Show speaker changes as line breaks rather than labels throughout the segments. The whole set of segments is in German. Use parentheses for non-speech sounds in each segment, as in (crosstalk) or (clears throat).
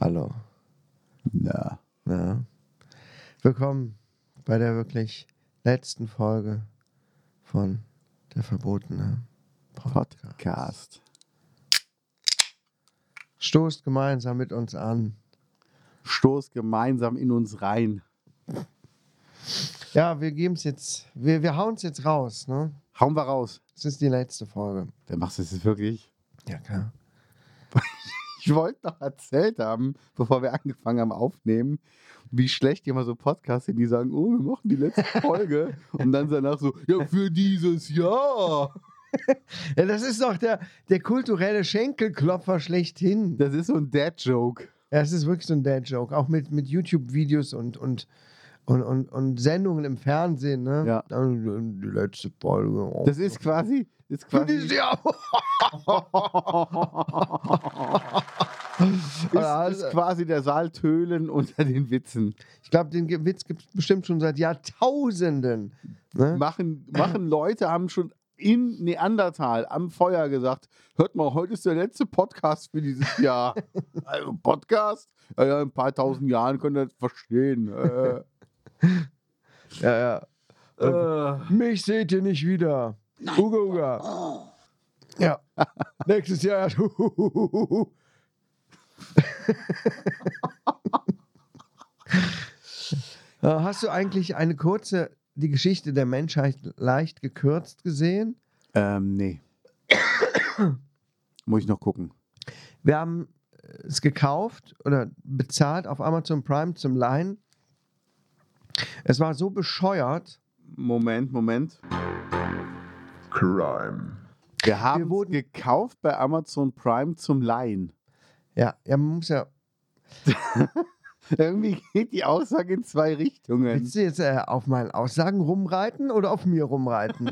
Hallo.
Na,
Ja. Willkommen bei der wirklich letzten Folge von Der verbotene Podcast.
Podcast.
Stoßt gemeinsam mit uns an.
Stoß gemeinsam in uns rein.
Ja, wir geben es jetzt, wir, wir hauen es jetzt raus. Ne?
Hauen wir raus.
Es ist die letzte Folge.
Dann machst du es jetzt wirklich.
Ja, klar.
Ich wollte noch erzählt haben, bevor wir angefangen haben aufnehmen, wie schlecht immer so Podcasts sind, die sagen, oh, wir machen
(laughs)
die letzte Folge. Und dann danach so, ja, für dieses Jahr.
(laughs) Ja, das ist doch der, der kulturelle Schenkelklopfer schlechthin.
Das ist so ein Dad-Joke.
Ja, es ist wirklich so ein Dad-Joke. Auch mit, mit YouTube-Videos und, und, und, und, und Sendungen im Fernsehen, ne?
Ja.
Dann Die letzte Folge. Oh.
Das ist quasi. Ist
Für dieses
quasi
Jahr.
ist, ist quasi der Saaltölen unter den Witzen.
Ich glaube, den Ge- Witz gibt es bestimmt schon seit Jahrtausenden. Ne?
machen, machen Leute, haben schon in Neandertal am Feuer gesagt, hört mal, heute ist der letzte Podcast für dieses (laughs) Jahr. also Podcast? Ja, ja, in ein paar tausend Jahren könnt ihr das verstehen. Äh,
Ja, ja.
äh,
Mich seht ihr nicht wieder. Uga, uga. Ja. (laughs) Nächstes Jahr. (laughs) Äh, Hast du eigentlich eine kurze, die Geschichte der Menschheit leicht gekürzt gesehen?
ähm, (coughs) nee. Muss ich noch gucken.
Wir haben äh, es gekauft oder bezahlt auf Amazon Prime zum Leihen. Es war so bescheuert.
Moment, Moment.
Crime.
Wir haben
Wir
es
wurden-
gekauft bei Amazon Prime zum Laien. (laughs)
Ja, ja man muss ja.
Irgendwie geht die Aussage in zwei Richtungen.
Willst du jetzt äh, auf meinen Aussagen rumreiten oder auf mir rumreiten?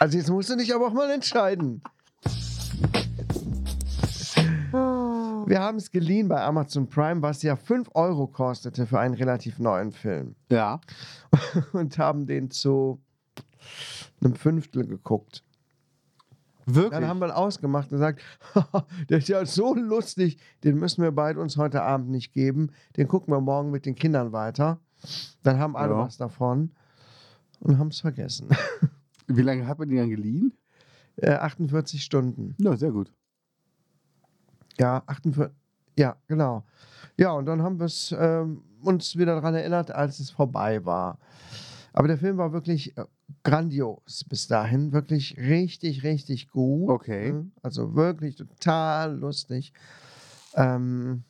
also jetzt musst du dich aber auch mal entscheiden. Wir haben es geliehen bei Amazon Prime, was ja 5 Euro kostete für einen relativ neuen Film.
Ja.
Und haben den zu einem Fünftel geguckt.
Wirklich.
Dann haben wir ihn ausgemacht und gesagt, (laughs) der ist ja so lustig, den müssen wir beide uns heute Abend nicht geben. Den gucken wir morgen mit den Kindern weiter. Dann haben alle
Ja.
was davon und haben es vergessen. (laughs)
Wie lange hat man die dann geliehen?
Äh, 48 Stunden.
Ja, sehr gut.
Ja, 48. Ja, genau. Ja, und dann haben wir es ähm, uns wieder daran erinnert, als es vorbei war. Aber der Film war wirklich äh, grandios bis dahin. Wirklich richtig, richtig gut.
Okay.
Ne? Also wirklich total lustig. Ähm,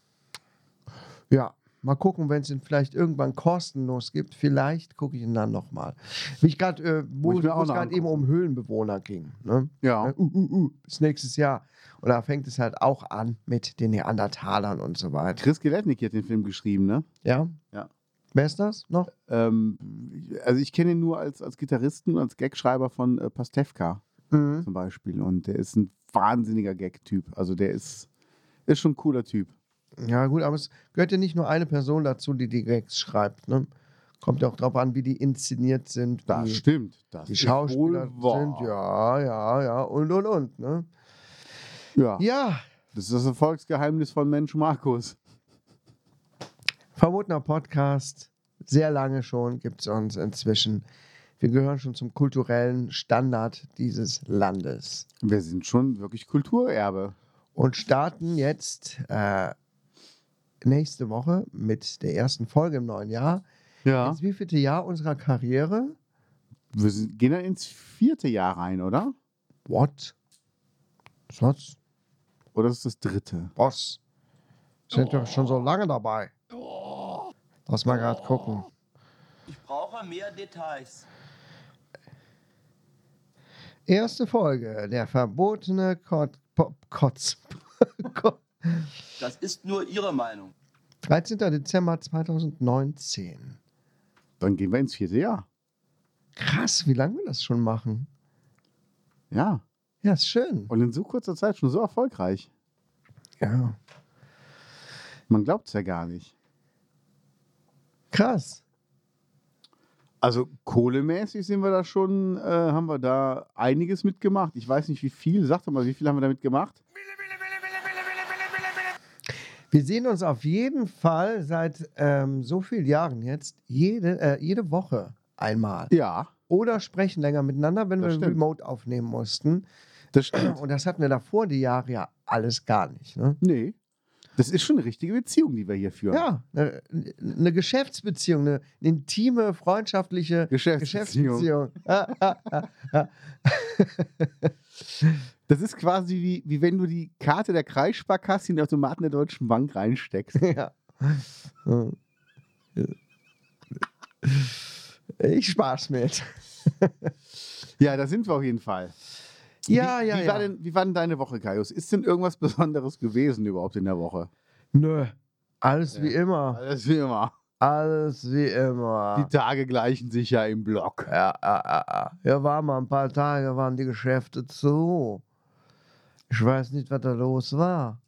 ja, mal gucken, wenn es ihn vielleicht irgendwann kostenlos gibt. Vielleicht gucke ich ihn dann nochmal. Wie ich gerade, äh, wo
Muss
wo es
ich mir auch noch Genau.
gerade eben um Höhlenbewohner ging. Ne?
Ja.
Uh, uh, uh, bis nächstes Jahr. Und da fängt es halt auch an mit den Neandertalern und so weiter.
Chris Geletnik hat den Film geschrieben, ne?
Ja?
Ja.
Wer ist das noch?
Ähm, also ich kenne ihn nur als, als Gitarristen und als Gagschreiber von äh, Pastewka
Mhm.
zum Beispiel. Und der ist ein wahnsinniger Gag-Typ. Also der ist, ist schon ein cooler Typ.
Ja, gut, aber es gehört ja nicht nur eine Person dazu, die die Gags schreibt. Ne? Kommt ja auch drauf an, wie die inszeniert sind.
Das
wie,
stimmt. Das
die
ist
Schauspieler
wohl wahr.
sind. Ja, ja, ja. Und, und, und. Ne?
ja.
Ja,
Das ist das Erfolgsgeheimnis von Mensch Markus.
verbotener Podcast sehr lange schon, gibt es uns inzwischen. Wir gehören schon zum kulturellen Standard dieses Landes
Wir sind schon wirklich Kulturerbe.
und starten jetzt äh, nächste Woche mit der ersten Folge im neuen Jahr.
Ja.
Ins wievielte Jahr unserer Karriere?
Wir sind, gehen dann ins vierte Jahr rein, oder?
What? Was?
Oder ist das dritte?
Was? Sind wir schon so lange dabei? Lass mal gerade gucken.
Ich brauche mehr Details.
Erste Folge, der verbotene Kot Pop Kotz. (laughs) Kot-
Das ist nur Ihre Meinung.
13. Dezember 2019.
Dann gehen wir ins vierte Jahr.
Krass, wie lange wir das schon machen.
Ja.
Ja, ist schön.
Und in so kurzer Zeit schon so erfolgreich.
Ja.
Man glaubt es ja gar nicht.
Krass.
Also kohlemäßig sind wir da schon, äh, haben wir da einiges mitgemacht. Ich weiß nicht, wie viel. Sag doch mal, wie viel haben wir damit gemacht?
Wir sehen uns auf jeden Fall seit ähm, so vielen Jahren jetzt jede, äh, jede Woche einmal.
Ja,
Oder sprechen länger miteinander, wenn
Das
wir
stimmt.
remote aufnehmen mussten.
das stimmt.
Und das hatten wir davor die Jahre ja alles gar nicht. Ne?
(clears throat) Nee. Das ist schon eine richtige Beziehung, die wir hier führen.
Ja, eine, eine Geschäftsbeziehung, eine, eine intime, freundschaftliche (laughs)
Geschäftsbeziehung.
Geschäftsbeziehung. Ah, ah, ah, ah.
Das ist quasi wie, wie wenn du die Karte der Kreissparkasse in den Automaten der Deutschen Bank reinsteckst.
ja. Ich spaß mit.
(laughs) ja, da sind wir auf jeden Fall.
Ja,
wie,
ja,
wie
ja.
War denn, wie war denn deine Woche, Kaius? Ist denn irgendwas Besonderes gewesen überhaupt in der Woche?
Nö. Alles
Ja.
wie immer.
Alles wie immer.
Alles wie immer.
Die Tage gleichen sich ja im Block.
Ja, ja, ja, ja. ja, waren mal ein paar Tage, waren die Geschäfte zu. Ich weiß nicht, was da los war.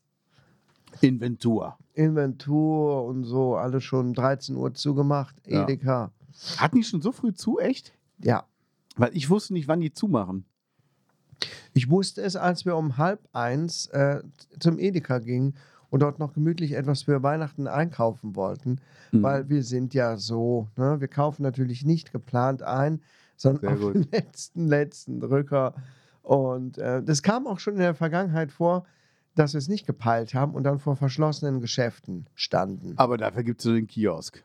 Inventur.
Inventur und so, alles schon 13 Uhr zugemacht.
Ja.
Edeka.
Hatten die schon so früh zu, echt?
Ja.
Weil ich wusste nicht, wann die zumachen.
Ich wusste es, als wir um halb eins äh, zum Edeka gingen und dort noch gemütlich etwas für Weihnachten einkaufen wollten,
Mhm.
weil wir sind ja so, ne? wir kaufen natürlich nicht geplant ein,
Sehr
sondern auf
gut.
den (laughs) letzten, letzten Drücker. Und äh, das kam auch schon in der Vergangenheit vor, dass wir es nicht gepeilt haben und dann vor verschlossenen Geschäften standen.
Aber dafür gibt es so den Kiosk.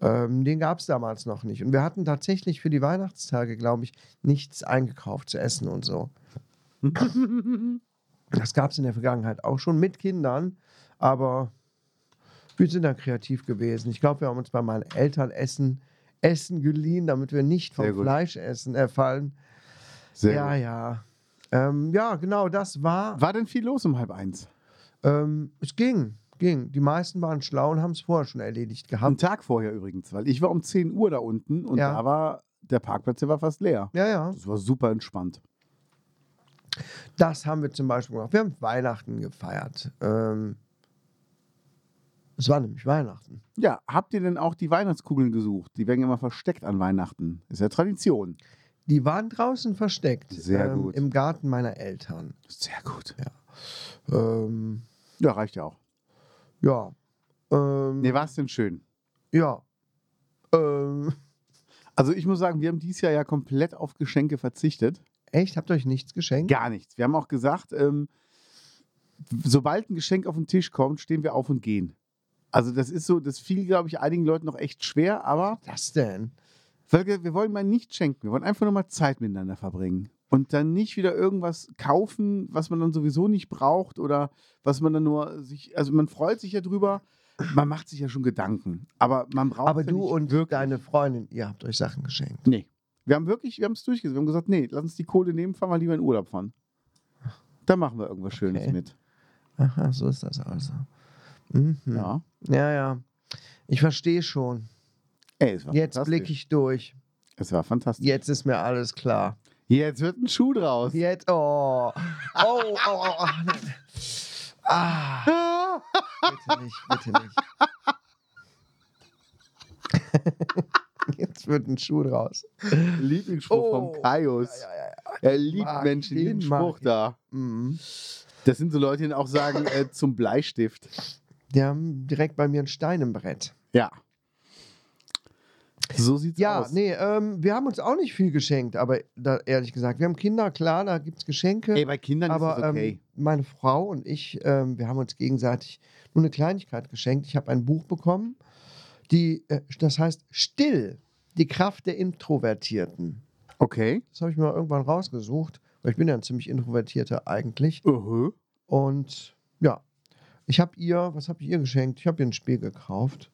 Ähm, den gab es damals noch nicht. Und wir hatten tatsächlich für die Weihnachtstage, glaube ich, nichts eingekauft zu essen und so. Das gab es in der Vergangenheit auch schon mit Kindern, aber wir sind dann kreativ gewesen. Ich glaube, wir haben uns bei meinen Eltern Essen, Essen geliehen, damit wir nicht vom
Sehr gut.
Fleischessen erfallen.
Sehr
ja,
gut.
ja. Ähm, ja, genau, das war.
War denn viel los um halb eins?
Ähm, es ging, ging. Die meisten waren schlau und haben es vorher schon erledigt
Am
gehabt.
Tag vorher übrigens, weil ich war um 10 Uhr da unten und
Ja.
da war der Parkplatz, der war fast leer.
Ja, ja.
Das war super entspannt.
Das haben wir zum Beispiel gemacht. Wir haben Weihnachten gefeiert. Ähm, es war nämlich Weihnachten.
Ja, habt ihr denn auch die Weihnachtskugeln gesucht? Die werden immer versteckt an Weihnachten. Ist ja Tradition.
Die waren draußen versteckt. ähm,
Sehr gut.
Im Garten meiner Eltern.
Sehr gut.
Ähm,
Ja, reicht ja auch.
ja. Ähm,
Nee, war es denn schön?
Ja. Ähm,
Also ich muss sagen, wir haben dieses Jahr ja komplett auf Geschenke verzichtet.
echt? Habt ihr euch nichts geschenkt?
Gar nichts. Wir haben auch gesagt, ähm, sobald ein Geschenk auf den Tisch kommt, stehen wir auf und gehen. Also das ist so, das fiel, glaube ich, einigen Leuten noch echt schwer, aber
Was denn?
Völker, wir wollen mal nicht schenken, wir wollen einfach nur mal Zeit miteinander verbringen. Und dann nicht wieder irgendwas kaufen, was man dann sowieso nicht braucht oder was man dann nur sich, also man freut sich ja drüber, man macht sich ja schon Gedanken, aber man braucht
Aber
ja
du
nicht
und deine Freundin, ihr habt euch Sachen geschenkt.
Nee. Wir haben wirklich, wir haben es durchgesetzt. Wir haben gesagt, nee, lass uns die Kohle nehmen, fahren wir lieber in Urlaub fahren. Da machen wir irgendwas Schönes
Okay.
mit.
Aha, so ist das also. Mhm. Ja.
Ja.
ja, Ich verstehe schon.
Ey, es war
Jetzt
fantastisch.
blicke ich durch.
Es war fantastisch.
Jetzt ist mir alles klar.
Jetzt wird ein Schuh draus.
Jetzt, oh. Oh, oh, oh, oh. nein. Ah,
Ah.
bitte nicht, bitte nicht. (laughs) Jetzt wird ein Schuh draus.
(laughs) Lieblingsspruch
Oh.
vom Kaius. Er liebt
Mag
Menschen,
den,
jeden
mag
Spruch
ich.
da.
Mhm.
Das sind so Leute, die auch sagen, äh, zum Bleistift.
Die haben direkt bei mir einen Stein im Brett.
Ja. So sieht's
Ja,
aus.
nee, ähm, wir haben uns auch nicht viel geschenkt, aber da, ehrlich gesagt, wir haben Kinder, klar, da gibt es Geschenke.
Ey, bei Kindern ist
aber
das okay.
ähm, meine Frau und ich, ähm, wir haben uns gegenseitig nur eine Kleinigkeit geschenkt. Ich habe ein Buch bekommen, die, äh, das heißt Still, die Kraft der Introvertierten.
okay.
Das habe ich mir mal irgendwann rausgesucht, weil ich bin ja ein ziemlich Introvertierter eigentlich.
Uh
Und ja, ich habe ihr, was habe ich ihr geschenkt? Ich habe ihr ein Spiel gekauft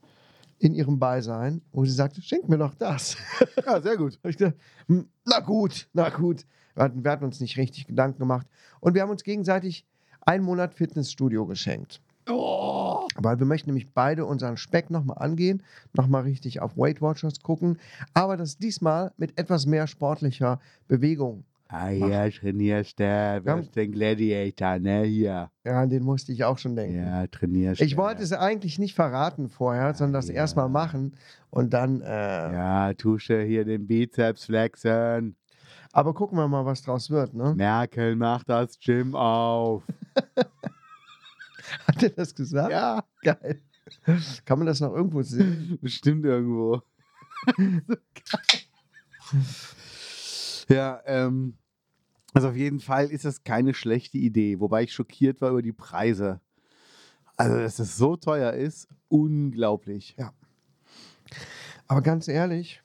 in ihrem Beisein, wo sie sagte, schenk mir doch das. (laughs)
Ja, sehr gut.
Hab ich gedacht, hm, na gut, na gut. Wir hatten, wir hatten uns nicht richtig Gedanken gemacht. Und wir haben uns gegenseitig einen Monat Fitnessstudio geschenkt. Weil wir möchten nämlich beide unseren Speck nochmal angehen, nochmal richtig auf Weight Watchers gucken, aber das diesmal mit etwas mehr sportlicher Bewegung.
Ah ja, trainierst der,
Wir haben-
wirst den Gladiator, ne, hier.
Ja, an den musste ich auch schon denken.
Ja, trainierst
Ich wollte es eigentlich nicht verraten vorher, sondern das
Ja.
erstmal machen und dann. Äh,
Ja, tust du hier den Bizeps flexen.
Aber gucken wir mal, was draus wird. Ne?
Merkel macht das Gym auf.
(laughs) Hat er das gesagt?
Ja,
Geil. (laughs) Kann man das noch irgendwo sehen?
bestimmt irgendwo. ja, ähm, also auf jeden Fall ist das keine schlechte Idee, wobei ich schockiert war über die Preise. Also, dass es so teuer ist, unglaublich.
Aber ganz ehrlich,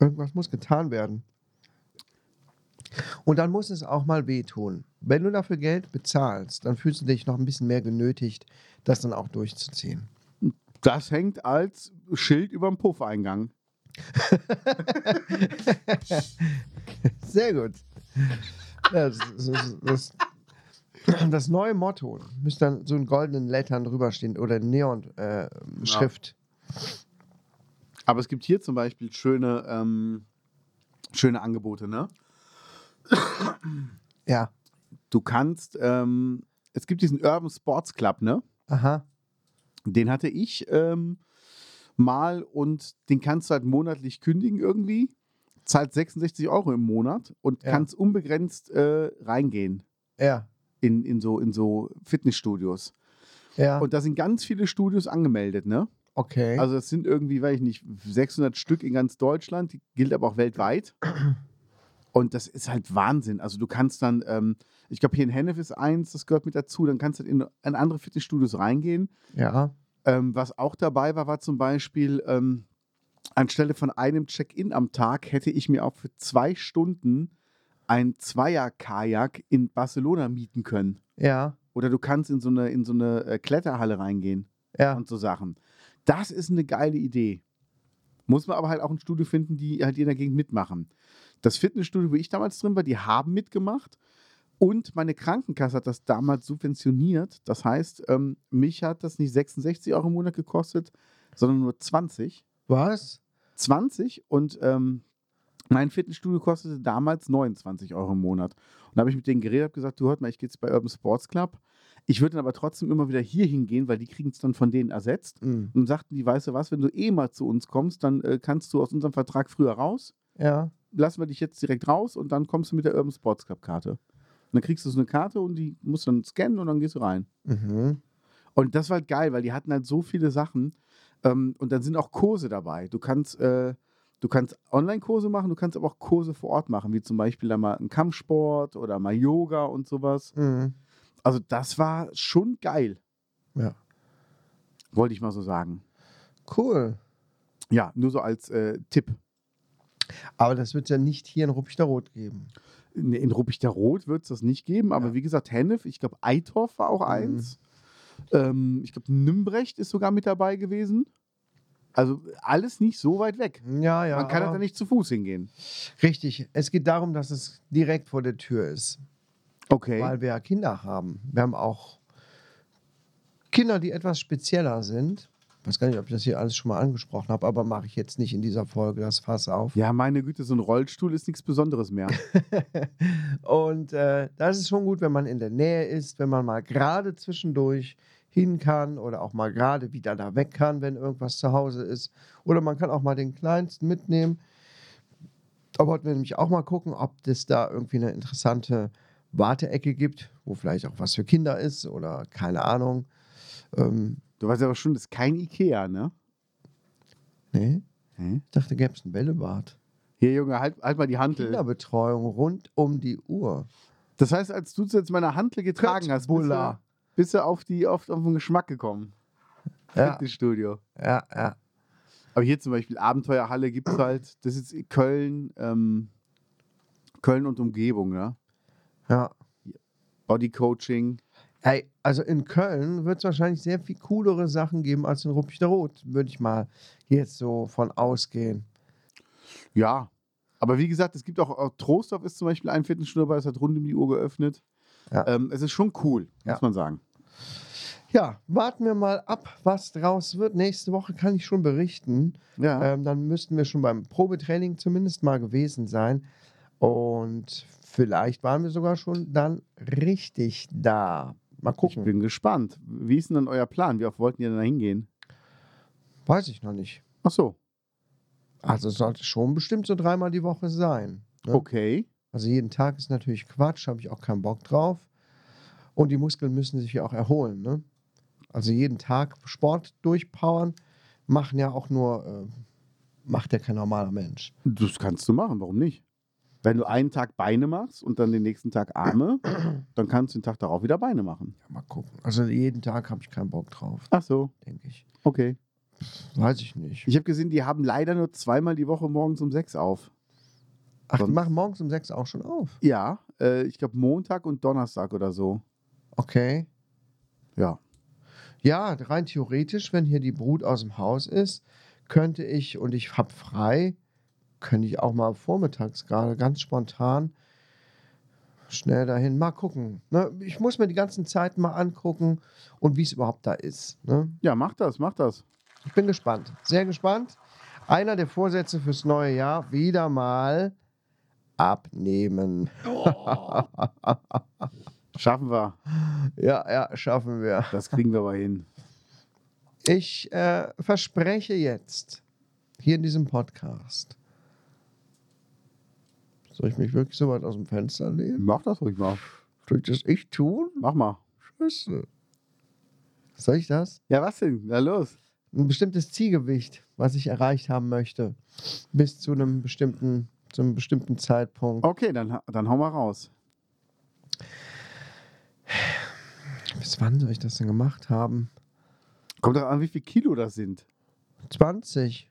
irgendwas muss getan werden. Und dann muss es auch mal wehtun. Wenn du dafür Geld bezahlst, dann fühlst du dich noch ein bisschen mehr genötigt, das dann auch durchzuziehen.
Das hängt als Schild über dem Puffeingang.
Sehr gut. Das, das, das, das neue Motto müsste dann so in goldenen Lettern drüberstehen oder in äh, Neon-Schrift.
Aber es gibt hier zum Beispiel schöne, ähm, schöne Angebote, ne?
ja.
Du kannst, ähm, es gibt diesen Urban Sports Club, ne?
Aha.
Den hatte ich ähm, mal und den kannst du halt monatlich kündigen irgendwie. Zahlt 66 Euro im Monat und
Ja.
kannst unbegrenzt äh, reingehen
Ja.
in, in, so, in so Fitnessstudios.
Ja.
Und da sind ganz viele Studios angemeldet, ne?
okay.
Also das sind irgendwie, weiß ich nicht, 600 Stück in ganz Deutschland, die gilt aber auch weltweit.
(clears throat)
Und das ist halt Wahnsinn. Also du kannst dann, ähm, ich glaube hier in Hennef ist eins, das gehört mit dazu, dann kannst du halt in, in andere Fitnessstudios reingehen.
ja.
Ähm, was auch dabei war, war zum Beispiel, ähm, anstelle von einem Check-in am Tag hätte ich mir auch für zwei Stunden ein Zweier-Kajak in Barcelona mieten können.
Ja.
Oder du kannst in so eine, in so eine äh, Kletterhalle reingehen
Ja.
und so Sachen. Das ist eine geile Idee. Muss man aber halt auch ein Studio finden, die halt in der Gegend mitmachen. Das Fitnessstudio, wo ich damals drin war, die haben mitgemacht. Und meine Krankenkasse hat das damals subventioniert. Das heißt, ähm, mich hat das nicht 66 Euro im Monat gekostet, sondern nur 20.
Was?
20 und ähm, mein Fitnessstudio kostete damals 29 Euro im Monat. Und da habe ich mit denen geredet, habe gesagt, du hört mal, ich gehe jetzt bei Urban Sports Club. Ich würde dann aber trotzdem immer wieder hier hingehen, weil die kriegen es dann von denen ersetzt.
Mhm.
Und sagten die, weißt du was, wenn du eh mal zu uns kommst, dann äh, kannst du aus unserem Vertrag früher raus.
Ja.
Lassen wir dich jetzt direkt raus und dann kommst du mit der Urban Sports Club Karte. Und dann kriegst du so eine Karte und die musst du dann scannen und dann gehst du rein.
Mhm.
Und das war halt geil, weil die hatten halt so viele Sachen. Ähm, und dann sind auch Kurse dabei. Du kannst, äh, du kannst Online-Kurse machen, du kannst aber auch Kurse vor Ort machen, wie zum Beispiel dann mal einen Kampfsport oder mal Yoga und sowas.
Mhm.
Also das war schon geil,
Ja.
wollte ich mal so sagen.
Cool.
Ja, nur so als äh, Tipp.
Aber das wird ja nicht hier in Ruppichter Rot geben.
In, Ne, in Ruppichter Rot wird es das nicht geben, aber
Ja. Mhm.
wie gesagt, Hennef, ich glaube, Eitorf war auch eins. Ähm, ich glaube, Nümbrecht ist sogar mit dabei gewesen. Also alles nicht so weit weg.
Ja, ja.
Man kann halt
aber-
da nicht zu Fuß hingehen.
Richtig. Es geht darum, dass es direkt vor der Tür ist,
Okay.
weil wir ja Kinder haben. Wir haben auch Kinder, die etwas spezieller sind. Ich weiß gar nicht, ob ich das hier alles schon mal angesprochen habe, aber mache ich jetzt nicht in dieser Folge das Fass auf.
Ja, meine Güte, so ein Rollstuhl ist nichts
(laughs)
Besonderes mehr.
Und äh, das ist schon gut, wenn man in der Nähe ist, wenn man mal gerade zwischendurch hin kann oder auch mal gerade wieder da weg kann, wenn irgendwas zu Hause ist. Oder man kann auch mal den Kleinsten mitnehmen. Da wollten wir nämlich auch mal gucken, ob es da irgendwie eine interessante Warteecke gibt, wo vielleicht auch was für Kinder ist oder keine Ahnung. Ähm,
Du weißt aber schon, das ist kein Ikea, ne?
Nee,
Hä?
ich dachte, gäbe es ein Bällebad.
Hier, Junge, halt, halt mal die Hantel.
Kinderbetreuung rund um die Uhr.
Das heißt, als du jetzt meine Hantel getragen hast, bist du,
Köttbullar.
bist du auf, die, auf, auf den Geschmack gekommen.
Ja,
Fitnessstudio.
ja, ja.
Aber hier zum Beispiel Abenteuerhalle gibt es halt, das ist in Köln, ähm, Köln und Umgebung, ja.
ja.
Bodycoaching.
Ey, also in Köln wird es wahrscheinlich sehr viel coolere Sachen geben als in Ruppichteroth, würde ich mal jetzt so von ausgehen.
Ja. Aber wie gesagt, es gibt auch, auch Trostorf ist zum Beispiel ein Fitnessstudio dabei, es hat rund um die Uhr geöffnet.
Ja.
Ähm, es ist schon cool,
Ja.
muss man sagen.
Ja, warten wir mal ab, was draus wird. Nächste Woche kann ich schon berichten.
Ja.
Ähm, dann müssten wir schon beim Probetraining zumindest mal gewesen sein. Und vielleicht waren wir sogar schon dann richtig da. Mal
Ich
gucken.
bin gespannt. Wie ist denn dann euer Plan? Wie oft wollten ihr denn da hingehen?
Weiß ich noch nicht.
Ach so.
Also es sollte schon bestimmt so dreimal die Woche sein. Ne?
Okay.
Also jeden Tag ist natürlich Quatsch, habe ich auch keinen Bock drauf. Und die Muskeln müssen sich ja auch erholen. Ne? Also jeden Tag Sport durchpowern, machen ja auch nur, äh, macht ja kein normaler Mensch.
Das kannst du machen, warum nicht? Wenn du einen Tag Beine machst und dann den nächsten Tag Arme, dann kannst du den Tag darauf wieder Beine machen.
Ja, mal gucken. Also jeden Tag habe ich keinen Bock drauf,
Ach so,
denke ich.
okay.
Weiß ich nicht.
Ich habe gesehen, die haben leider nur zweimal die Woche morgens um sechs auf.
Ach, die
sonst-
machen morgens um sechs auch schon auf.
Ja, äh, ich glaube Montag und Donnerstag oder so.
Okay.
Ja.
Ja, rein theoretisch, wenn hier die Brut aus dem Haus ist, könnte ich und ich habe frei, könnte ich auch mal vormittags gerade ganz spontan schnell dahin mal gucken. Ne? Ich muss mir die ganzen Zeiten mal angucken und wie es überhaupt da ist. Ne?
Ja, mach das, mach das.
Ich bin gespannt, sehr gespannt. Einer der Vorsätze fürs neue Jahr wieder mal abnehmen. (laughs)
Schaffen wir.
Ja, ja, schaffen wir.
Das kriegen wir aber hin.
Ich äh, verspreche jetzt, hier in diesem Podcast, soll ich mich wirklich so weit aus dem Fenster lehnen?
Mach das ruhig mal.
Soll ich das ich tun?
Mach mal.
Schüsse. Soll ich das?
Ja, was denn? Na los.
Ein bestimmtes Zielgewicht, was ich erreicht haben möchte, bis zu einem bestimmten, zu einem bestimmten Zeitpunkt.
Okay, dann, dann hau mal raus.
Bis wann soll ich das denn gemacht haben?
Kommt doch an, wie viel Kilo das sind.
20.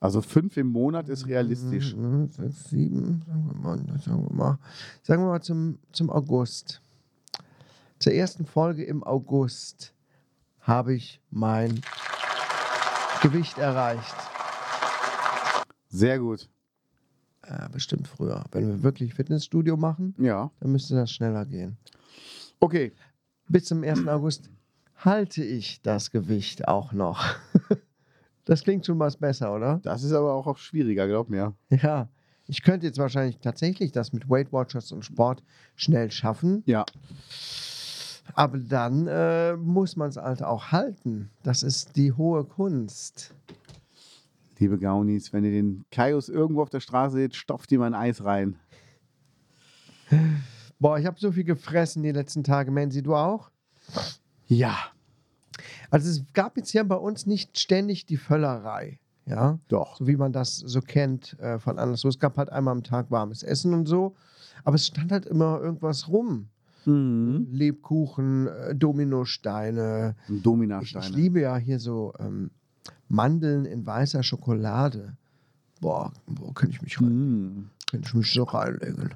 Also fünf im Monat ist realistisch.
6, 7, sagen wir mal, sagen wir mal, sagen wir mal zum, zum August. Zur ersten Folge im August habe ich mein Gewicht erreicht.
Sehr gut.
Äh, bestimmt früher. Wenn wir wirklich Fitnessstudio machen,
Ja.
dann müsste das schneller gehen.
Okay.
Bis zum 1. August halte ich das Gewicht auch noch. (laughs) Das klingt schon was besser, oder?
Das ist aber auch, auch schwieriger, glaub mir.
Ja. Ich könnte jetzt wahrscheinlich tatsächlich das mit Weight Watchers und Sport schnell schaffen.
Ja.
Aber dann äh, muss man es halt auch halten. Das ist die hohe Kunst.
Liebe Gaunis, wenn ihr den Kaius irgendwo auf der Straße seht, stopft ihm ein Eis rein.
Boah, ich habe so viel gefressen die letzten Tage, Mansi, du auch?
Ja.
Also es gab jetzt hier bei uns nicht ständig die Völlerei, ja,
Doch.
so wie man das so kennt äh, von anderswo. Es gab halt einmal am Tag warmes Essen und so, aber es stand halt immer irgendwas rum.
Mhm.
Lebkuchen, äh, Dominosteine.
Ein
Ich,
Dominasteine.
ich liebe ja hier so ähm, Mandeln in weißer Schokolade. Boah, wo könnte ich mich rein?
Mhm.
Wenn ich mich so reinlegen.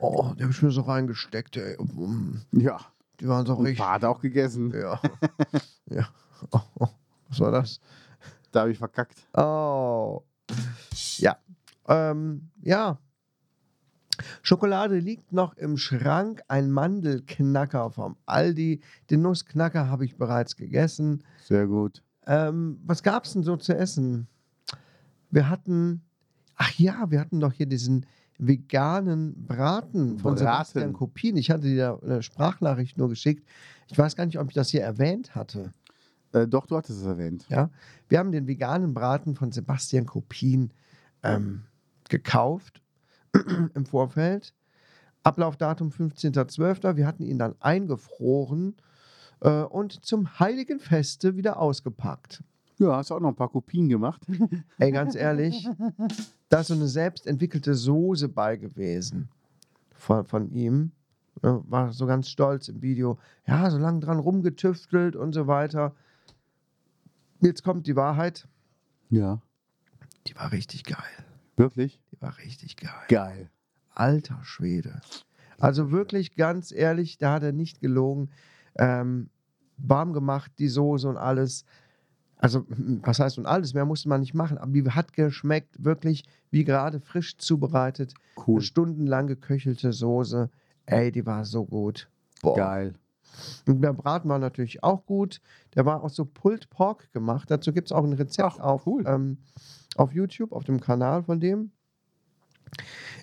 Oh, die habe ich mir so reingesteckt, ey. Mm,
Ja.
Die waren so
Und
richtig.
Paar hat auch gegessen.
(laughs) Ja. ja. Oh, oh. Was war das?
Da habe ich verkackt.
Oh. Ja. Ähm, ja. Schokolade liegt noch im Schrank. Ein Mandelknacker vom Aldi. Den Nussknacker habe ich bereits gegessen.
Sehr gut.
Ähm, was gab es denn so zu essen? Wir hatten, ach ja, wir hatten doch hier diesen veganen Braten von
Braten.
Sebastian Kopien. Ich hatte dir eine Sprachnachricht nur geschickt. Ich weiß gar nicht, ob ich das hier erwähnt hatte.
Äh, doch, du hattest es erwähnt.
Ja? Wir haben den veganen Braten von Sebastian Kopien ähm, gekauft (clears throat) im Vorfeld. Ablaufdatum 15.12. Wir hatten ihn dann eingefroren äh, und zum heiligen Feste wieder ausgepackt.
Ja, hast du auch noch ein paar Kopien gemacht.
Ey, ganz ehrlich, da ist so eine selbstentwickelte Soße bei gewesen von, von ihm. Ja, War so ganz stolz im Video. Ja, so lange dran rumgetüftelt und so weiter. Jetzt kommt die Wahrheit.
(laughs) Ja.
Die war richtig geil.
Wirklich?
Die war richtig geil.
Geil.
Alter Schwede. Also wirklich ganz ehrlich, da hat er nicht gelogen. Ähm, warm gemacht, die Soße und alles. Also, hm, was heißt und alles? Mehr musste man nicht machen. Aber die hat geschmeckt, wirklich wie gerade frisch zubereitet. Eine
Cool.
stundenlang geköchelte Soße. Ey, die war so gut. Boah.
Geil.
Und der Braten war natürlich auch gut. Der war auch so Pulled Pork gemacht. Dazu gibt es auch ein Rezept
Ach,
auf,
cool.
ähm, auf YouTube, auf dem Kanal von dem.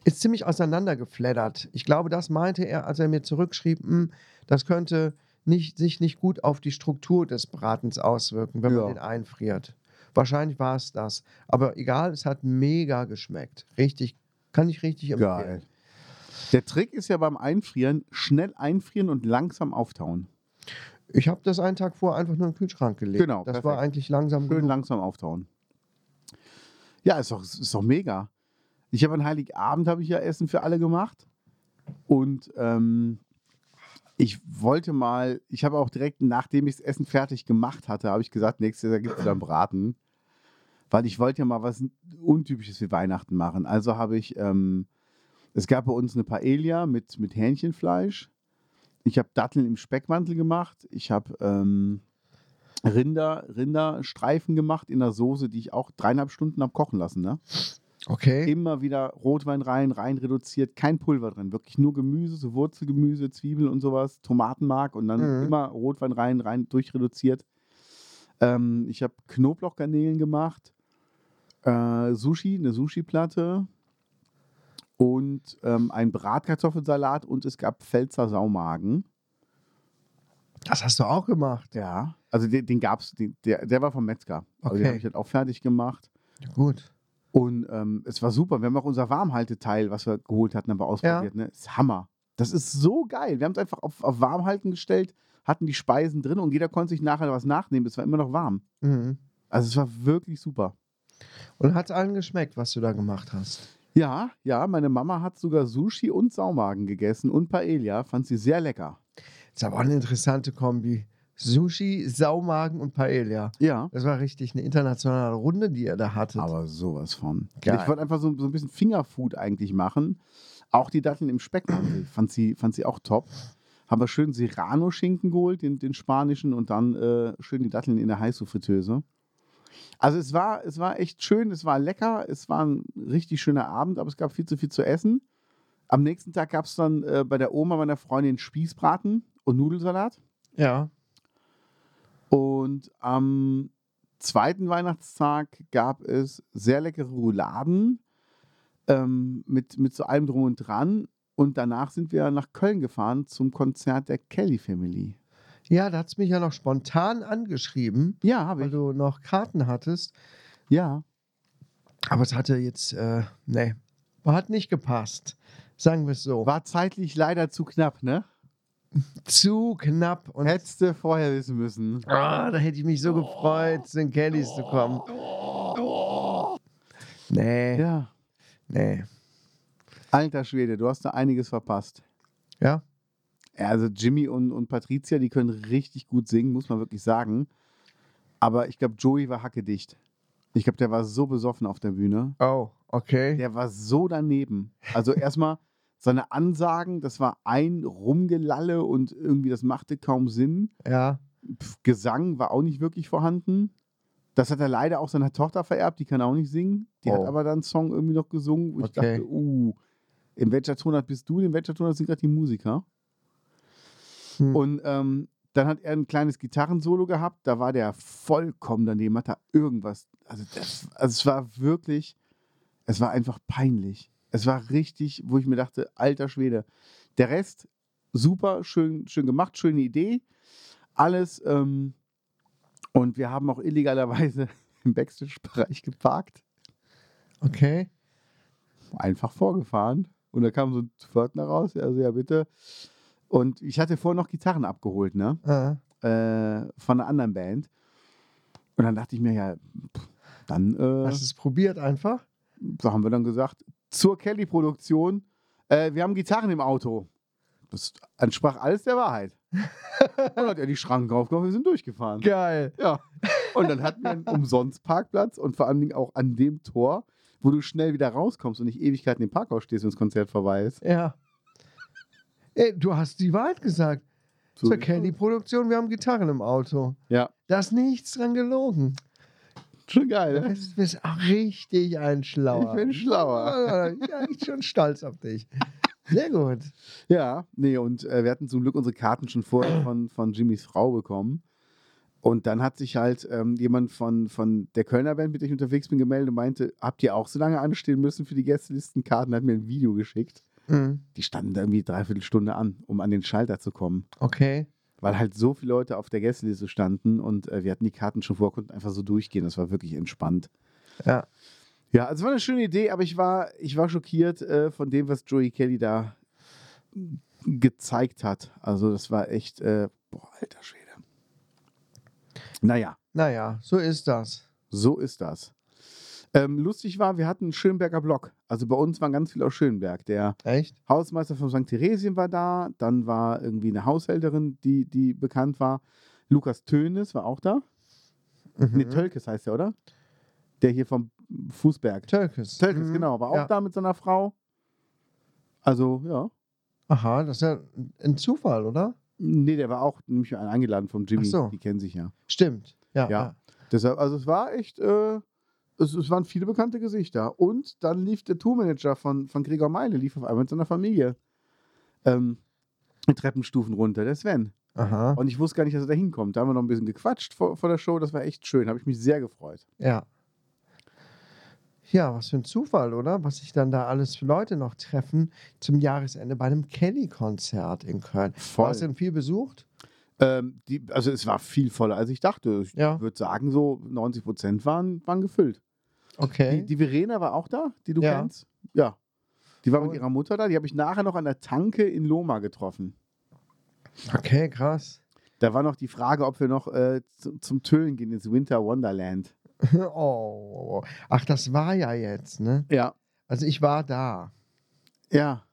Ist ziemlich auseinandergefleddert. Ich glaube, das meinte er, als er mir zurückschrieb, "Hm, das könnte nicht, sich nicht gut auf die Struktur des Bratens auswirken, wenn
Ja.
man den einfriert. Wahrscheinlich war es das. Aber egal, es hat mega geschmeckt. Richtig, kann ich richtig empfehlen.
Geil. Der Trick ist ja beim Einfrieren schnell einfrieren und langsam auftauen.
Ich habe das einen Tag vor einfach nur in den Kühlschrank gelegt.
Genau,
das war
perfekt.
eigentlich langsam
Schön
genug.
langsam auftauen. Ja, ist doch, ist doch mega. Ich habe an Heiligabend habe ich ja Essen für alle gemacht und ähm, ich wollte mal, ich habe auch direkt nachdem ich das Essen fertig gemacht hatte, habe ich gesagt, nächstes Jahr gibt es wieder einen Braten, weil ich wollte ja mal was Untypisches für Weihnachten machen. Also habe ich, ähm, es gab bei uns eine Paella mit, mit Hähnchenfleisch. Ich habe Datteln im Speckmantel gemacht. Ich habe ähm, Rinder, Rinderstreifen gemacht in der Soße, die ich auch dreieinhalb Stunden habe kochen lassen. Ne?
Okay.
Immer wieder Rotwein rein, rein reduziert, kein Pulver drin, wirklich nur Gemüse, so Wurzelgemüse, Zwiebeln und sowas, Tomatenmark und dann
Mhm.
immer Rotwein rein, rein durchreduziert. Ähm, ich habe Knoblauchgarnelen gemacht, äh, Sushi, eine Sushi-Platte und ähm, ein Bratkartoffelsalat und es gab Pfälzer Saumagen.
Das hast du auch gemacht.
Ja. Also den, den gab es, der, der war vom Metzger. Also den
Okay.
habe ich halt auch fertig gemacht.
Gut.
Und ähm, es war super. Wir haben auch unser Warmhalteteil, was wir geholt hatten, haben wir ausprobiert. Ne? Ist Hammer. Das ist so geil. Wir haben es einfach auf, auf Warmhalten gestellt, hatten die Speisen drin und jeder konnte sich nachher was nachnehmen. Es war immer noch warm.
Mhm.
Also es war wirklich super.
Und hat es allen geschmeckt, was du da gemacht hast?
Ja, ja, meine Mama hat sogar Sushi und Saumagen gegessen und Paella. Fand sie sehr lecker.
Ist aber auch eine interessante Kombi. Sushi, Saumagen und Paella.
Ja.
Das war richtig eine internationale Runde, die ihr da hattet.
Aber sowas von.
Geil.
Ich wollte einfach so, so ein bisschen Fingerfood eigentlich machen. Auch die Datteln im Speckmantel fand sie, fand sie auch top. Haben wir schön Serrano-Schinken geholt, den, den spanischen, und dann äh, schön die Datteln in der Heißhofritteuse. Also es war, es war echt schön, es war lecker, es war ein richtig schöner Abend, aber es gab viel zu viel zu essen. Am nächsten Tag gab es dann äh, bei der Oma meiner Freundin Spießbraten und Nudelsalat.
ja.
Und am zweiten Weihnachtstag gab es sehr leckere Rouladen ähm, mit, mit so allem drum und dran. Und danach sind wir nach Köln gefahren zum Konzert der Kelly Family.
Ja, da hat es mich ja noch spontan angeschrieben,
Ja, habe
weil
ich.
du noch Karten hattest.
ja.
Aber es hatte jetzt, äh, nee, hat nicht gepasst. Sagen wir es so.
War zeitlich leider zu knapp, ne?
zu knapp und
Hättest du vorher wissen müssen.
Ah, da hätte ich mich so gefreut, zu den Kellys zu kommen.
Oh.
Nee,
Ja.
nee.
Alter Schwede, du hast da einiges verpasst.
Ja?
Ja, Also Jimmy und, und Patricia, die können richtig gut singen, muss man wirklich sagen. Aber ich glaube, Joey war hackedicht. Ich glaube, der war so besoffen auf der Bühne.
Oh, okay.
Der war so daneben. Also erstmal seine Ansagen, das war ein Rumgelalle und irgendwie das machte kaum Sinn.
Ja.
Pff, Gesang war auch nicht wirklich vorhanden. Das hat er leider auch seiner Tochter vererbt, die kann auch nicht singen. Die
Oh.
hat aber dann einen Song irgendwie noch gesungen, wo ich
Okay.
dachte, uh, in welcher Tonart bist du? In welcher Tonart sind gerade die Musiker?
Hm.
Und ähm, dann hat er ein kleines Gitarrensolo gehabt, da war der vollkommen daneben, hat da irgendwas. Also, das, also es war wirklich, es war einfach peinlich. Es war richtig, wo ich mir dachte, alter Schwede. Der Rest, super, schön, schön gemacht, schöne Idee alles. Ähm, und wir haben auch illegalerweise (laughs) im Backstage-Bereich geparkt,
Okay.
einfach vorgefahren. Und da kam so ein Pförtner raus, also ja bitte. Und ich hatte vorher noch Gitarren abgeholt, ne?
Ah,
äh, von einer anderen Band. Und dann dachte ich mir, ja, pff, dann äh,
Hast du es probiert einfach?
so haben wir dann gesagt, zur Kelly-Produktion, äh, wir haben Gitarren im Auto. Das entsprach alles der Wahrheit. Und dann hat er die Schranken aufgehört, wir sind durchgefahren.
Geil.
Ja. Und dann hatten wir einen umsonst Parkplatz und vor allen Dingen auch an dem Tor, wo du schnell wieder rauskommst und nicht Ewigkeiten im Parkhaus stehst, wenn das Konzert vorbei ist.
Ja. Ey, du hast die Wahrheit gesagt.
So-
Zur Kelly-Produktion, wir haben Gitarren im Auto.
Ja.
Da ist nichts dran gelogen.
Schon geil, (laughs) ne?
Du bist auch richtig ein Schlauer.
Ich bin schlauer.
Ja, ich bin schon stolz auf dich. Sehr gut.
Ja, nee, und äh, wir hatten zum Glück unsere Karten schon vorher von, von Jimmys Frau bekommen. Und dann hat sich halt ähm, jemand von, von der Kölner Band, mit der ich unterwegs bin, gemeldet und meinte, habt ihr auch so lange anstehen müssen für die Gästelistenkarten? Hat mir ein Video geschickt.
Mhm.
Die standen da irgendwie dreiviertel Stunde an, um an den Schalter zu kommen.
Okay.
Weil halt so viele Leute auf der Gästeliste standen und äh, wir hatten die Karten schon vor, konnten einfach so durchgehen. Das war wirklich entspannt.
Ja.
Ja, also war eine schöne Idee, aber ich war, ich war schockiert äh, von dem, was Joey Kelly da gezeigt hat. Also das war echt, äh, boah, alter Schwede. Naja,
Naja, so ist das.
so ist das. Ähm, lustig war, wir hatten einen Schönberger Block. Also bei uns waren ganz viele aus Schönberg. Der
Echt?
Hausmeister von St. Theresien war da, dann war irgendwie eine Haushälterin, die, die bekannt war. Lukas Tönes war auch da.
Mhm.
Nee, Tölkes heißt er, oder? Der hier vom Fußberg.
Tölkes.
Tölkes,
Mhm.
genau. War auch
ja.
da mit seiner Frau. Also, ja.
Aha, das ist ja ein Zufall, oder?
Nee, der war auch nämlich ein- eingeladen vom Jimmy.
Ach so.
Die kennen sich ja.
Stimmt. Ja.
Ja. Deshalb, also es war echt, äh, es, es waren viele bekannte Gesichter. Und dann lief der Tourmanager von, von Gregor Meile, lief auf einmal mit seiner Familie. Ähm, die Treppenstufen runter, der Sven.
Aha.
Und ich wusste gar nicht, dass er da hinkommt. Da haben wir noch ein bisschen gequatscht vor, vor der Show. Das war echt schön. Habe ich mich sehr gefreut.
Ja. Ja, was für ein Zufall, oder? Was sich dann da alles für Leute noch treffen zum Jahresende bei einem Kelly-Konzert in Köln.
Voll.
War es denn viel besucht?
Ähm, die, also es war viel voller, als ich dachte. Ich
Ja.
würde sagen, so 90 Prozent waren, waren gefüllt.
Okay.
Die, die Verena war auch da, die du
Ja.
kennst. Ja. Die war mit
Cool.
ihrer Mutter da. Die habe ich nachher noch an der Tanke in Loma getroffen.
okay, krass. (laughs)
Da war noch die Frage, ob wir noch äh, zu, zum Tüllen gehen ins Winter Wonderland.
Oh. Ach, das war ja jetzt, ne?
Ja.
Also ich war da.
Ja,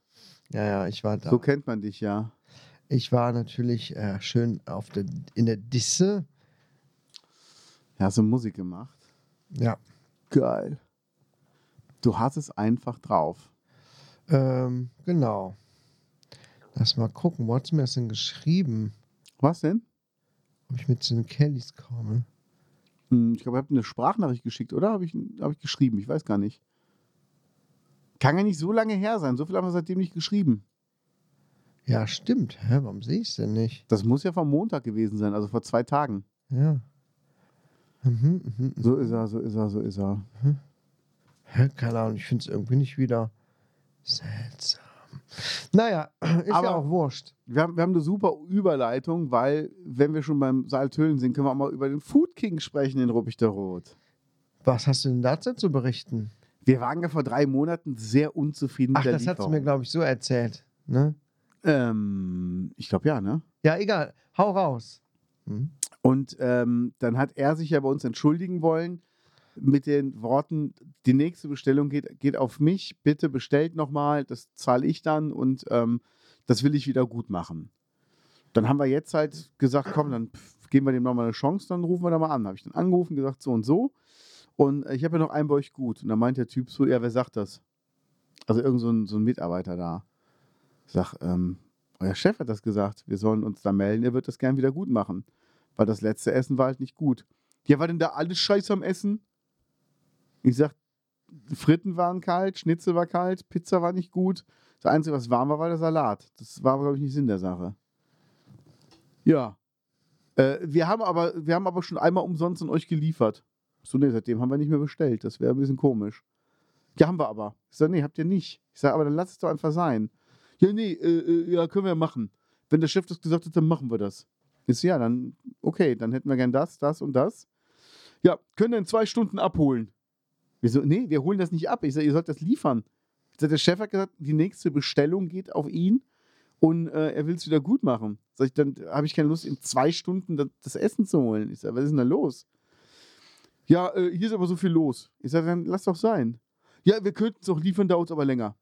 Ja, ja, ich war da.
so kennt man dich, ja.
Ich war natürlich äh, schön auf der, in der Disse.
Ja, hast du Musik gemacht.
Ja.
Geil. Du hast es einfach drauf.
Ähm, genau. Lass mal gucken, wo hat's mir das denn geschrieben?
Was denn?
Ob ich mit zu den Kellys komme?
Hm, Ich glaube, ich habe eine Sprachnachricht geschickt, oder? Habe ich, hab ich geschrieben? Ich weiß gar nicht. Kann ja nicht so lange her sein. So viel haben wir seitdem nicht geschrieben.
Ja, stimmt. Hä, warum sehe ich es denn nicht?
Das muss ja vom Montag gewesen sein, also vor zwei Tagen.
Ja. Mhm, mhm, mhm.
So ist er, so ist er, so ist er.
Hä, keine Ahnung, ich finde es irgendwie nicht wieder seltsam. Naja, (clears throat) ist
Aber-
ja auch wurscht.
Wir haben, wir haben eine super Überleitung, weil, wenn wir schon beim Saaltölen sind, können wir auch mal über den Food King sprechen in Ruppig der Rot.
Was hast du denn dazu zu berichten?
Wir waren ja vor drei Monaten sehr unzufrieden
Ach,
mit der
das hat sie
Lieferung.
mir, glaube ich, so erzählt. Ne?
ähm, Ich glaube ja, ne?
Ja, egal. Hau raus. Hm?
Und ähm, dann hat er sich ja bei uns entschuldigen wollen mit den Worten, die nächste Bestellung geht, geht auf mich, bitte bestellt nochmal, das zahle ich dann und ähm, das will ich wieder gut machen. Dann haben wir jetzt halt gesagt, komm, dann pf, geben wir dem nochmal eine Chance, dann rufen wir da mal an. Habe ich dann angerufen, gesagt so und so. Und äh, ich habe ja noch einen bei euch gut. Und dann meint der Typ so, ja, wer sagt das? Also irgend so ein, so ein Mitarbeiter da. Ich sag, ähm, euer Chef hat das gesagt, wir sollen uns da melden, er wird das gern wieder gut machen weil das letzte Essen war halt nicht gut. Ja, war denn da alles scheiße am Essen? Ich sag, Fritten waren kalt, Schnitzel war kalt, Pizza war nicht gut. Das Einzige, was warm war, war der Salat. Das war, glaube ich, nicht Sinn der Sache. Ja. Äh, wir, haben aber, wir haben aber schon einmal umsonst an euch geliefert. So, nee, seitdem haben wir nicht mehr bestellt. Das wäre ein bisschen komisch. Ja, haben wir aber. Ich sag, nee, habt ihr nicht. Ich sag, aber dann lasst es doch einfach sein. Ja, nee, äh, äh, ja, können wir machen. Wenn der Chef das gesagt hat, dann machen wir das. Ist ja, dann okay, dann hätten wir gern das, das und das. Ja, können wir in zwei Stunden abholen. Wir so, nee, wir holen das nicht ab. Ich sag, ihr sollt das liefern. Ich sag, der Chef hat gesagt, die nächste Bestellung geht auf ihn und äh, er will es wieder gut machen. Sag ich, dann habe ich keine Lust, in zwei Stunden das, das Essen zu holen. Ich sage, was ist denn da los? Ja, äh, hier ist aber so viel los. Ich sage, dann lass doch sein. Ja, wir könnten es auch liefern, dauert aber länger.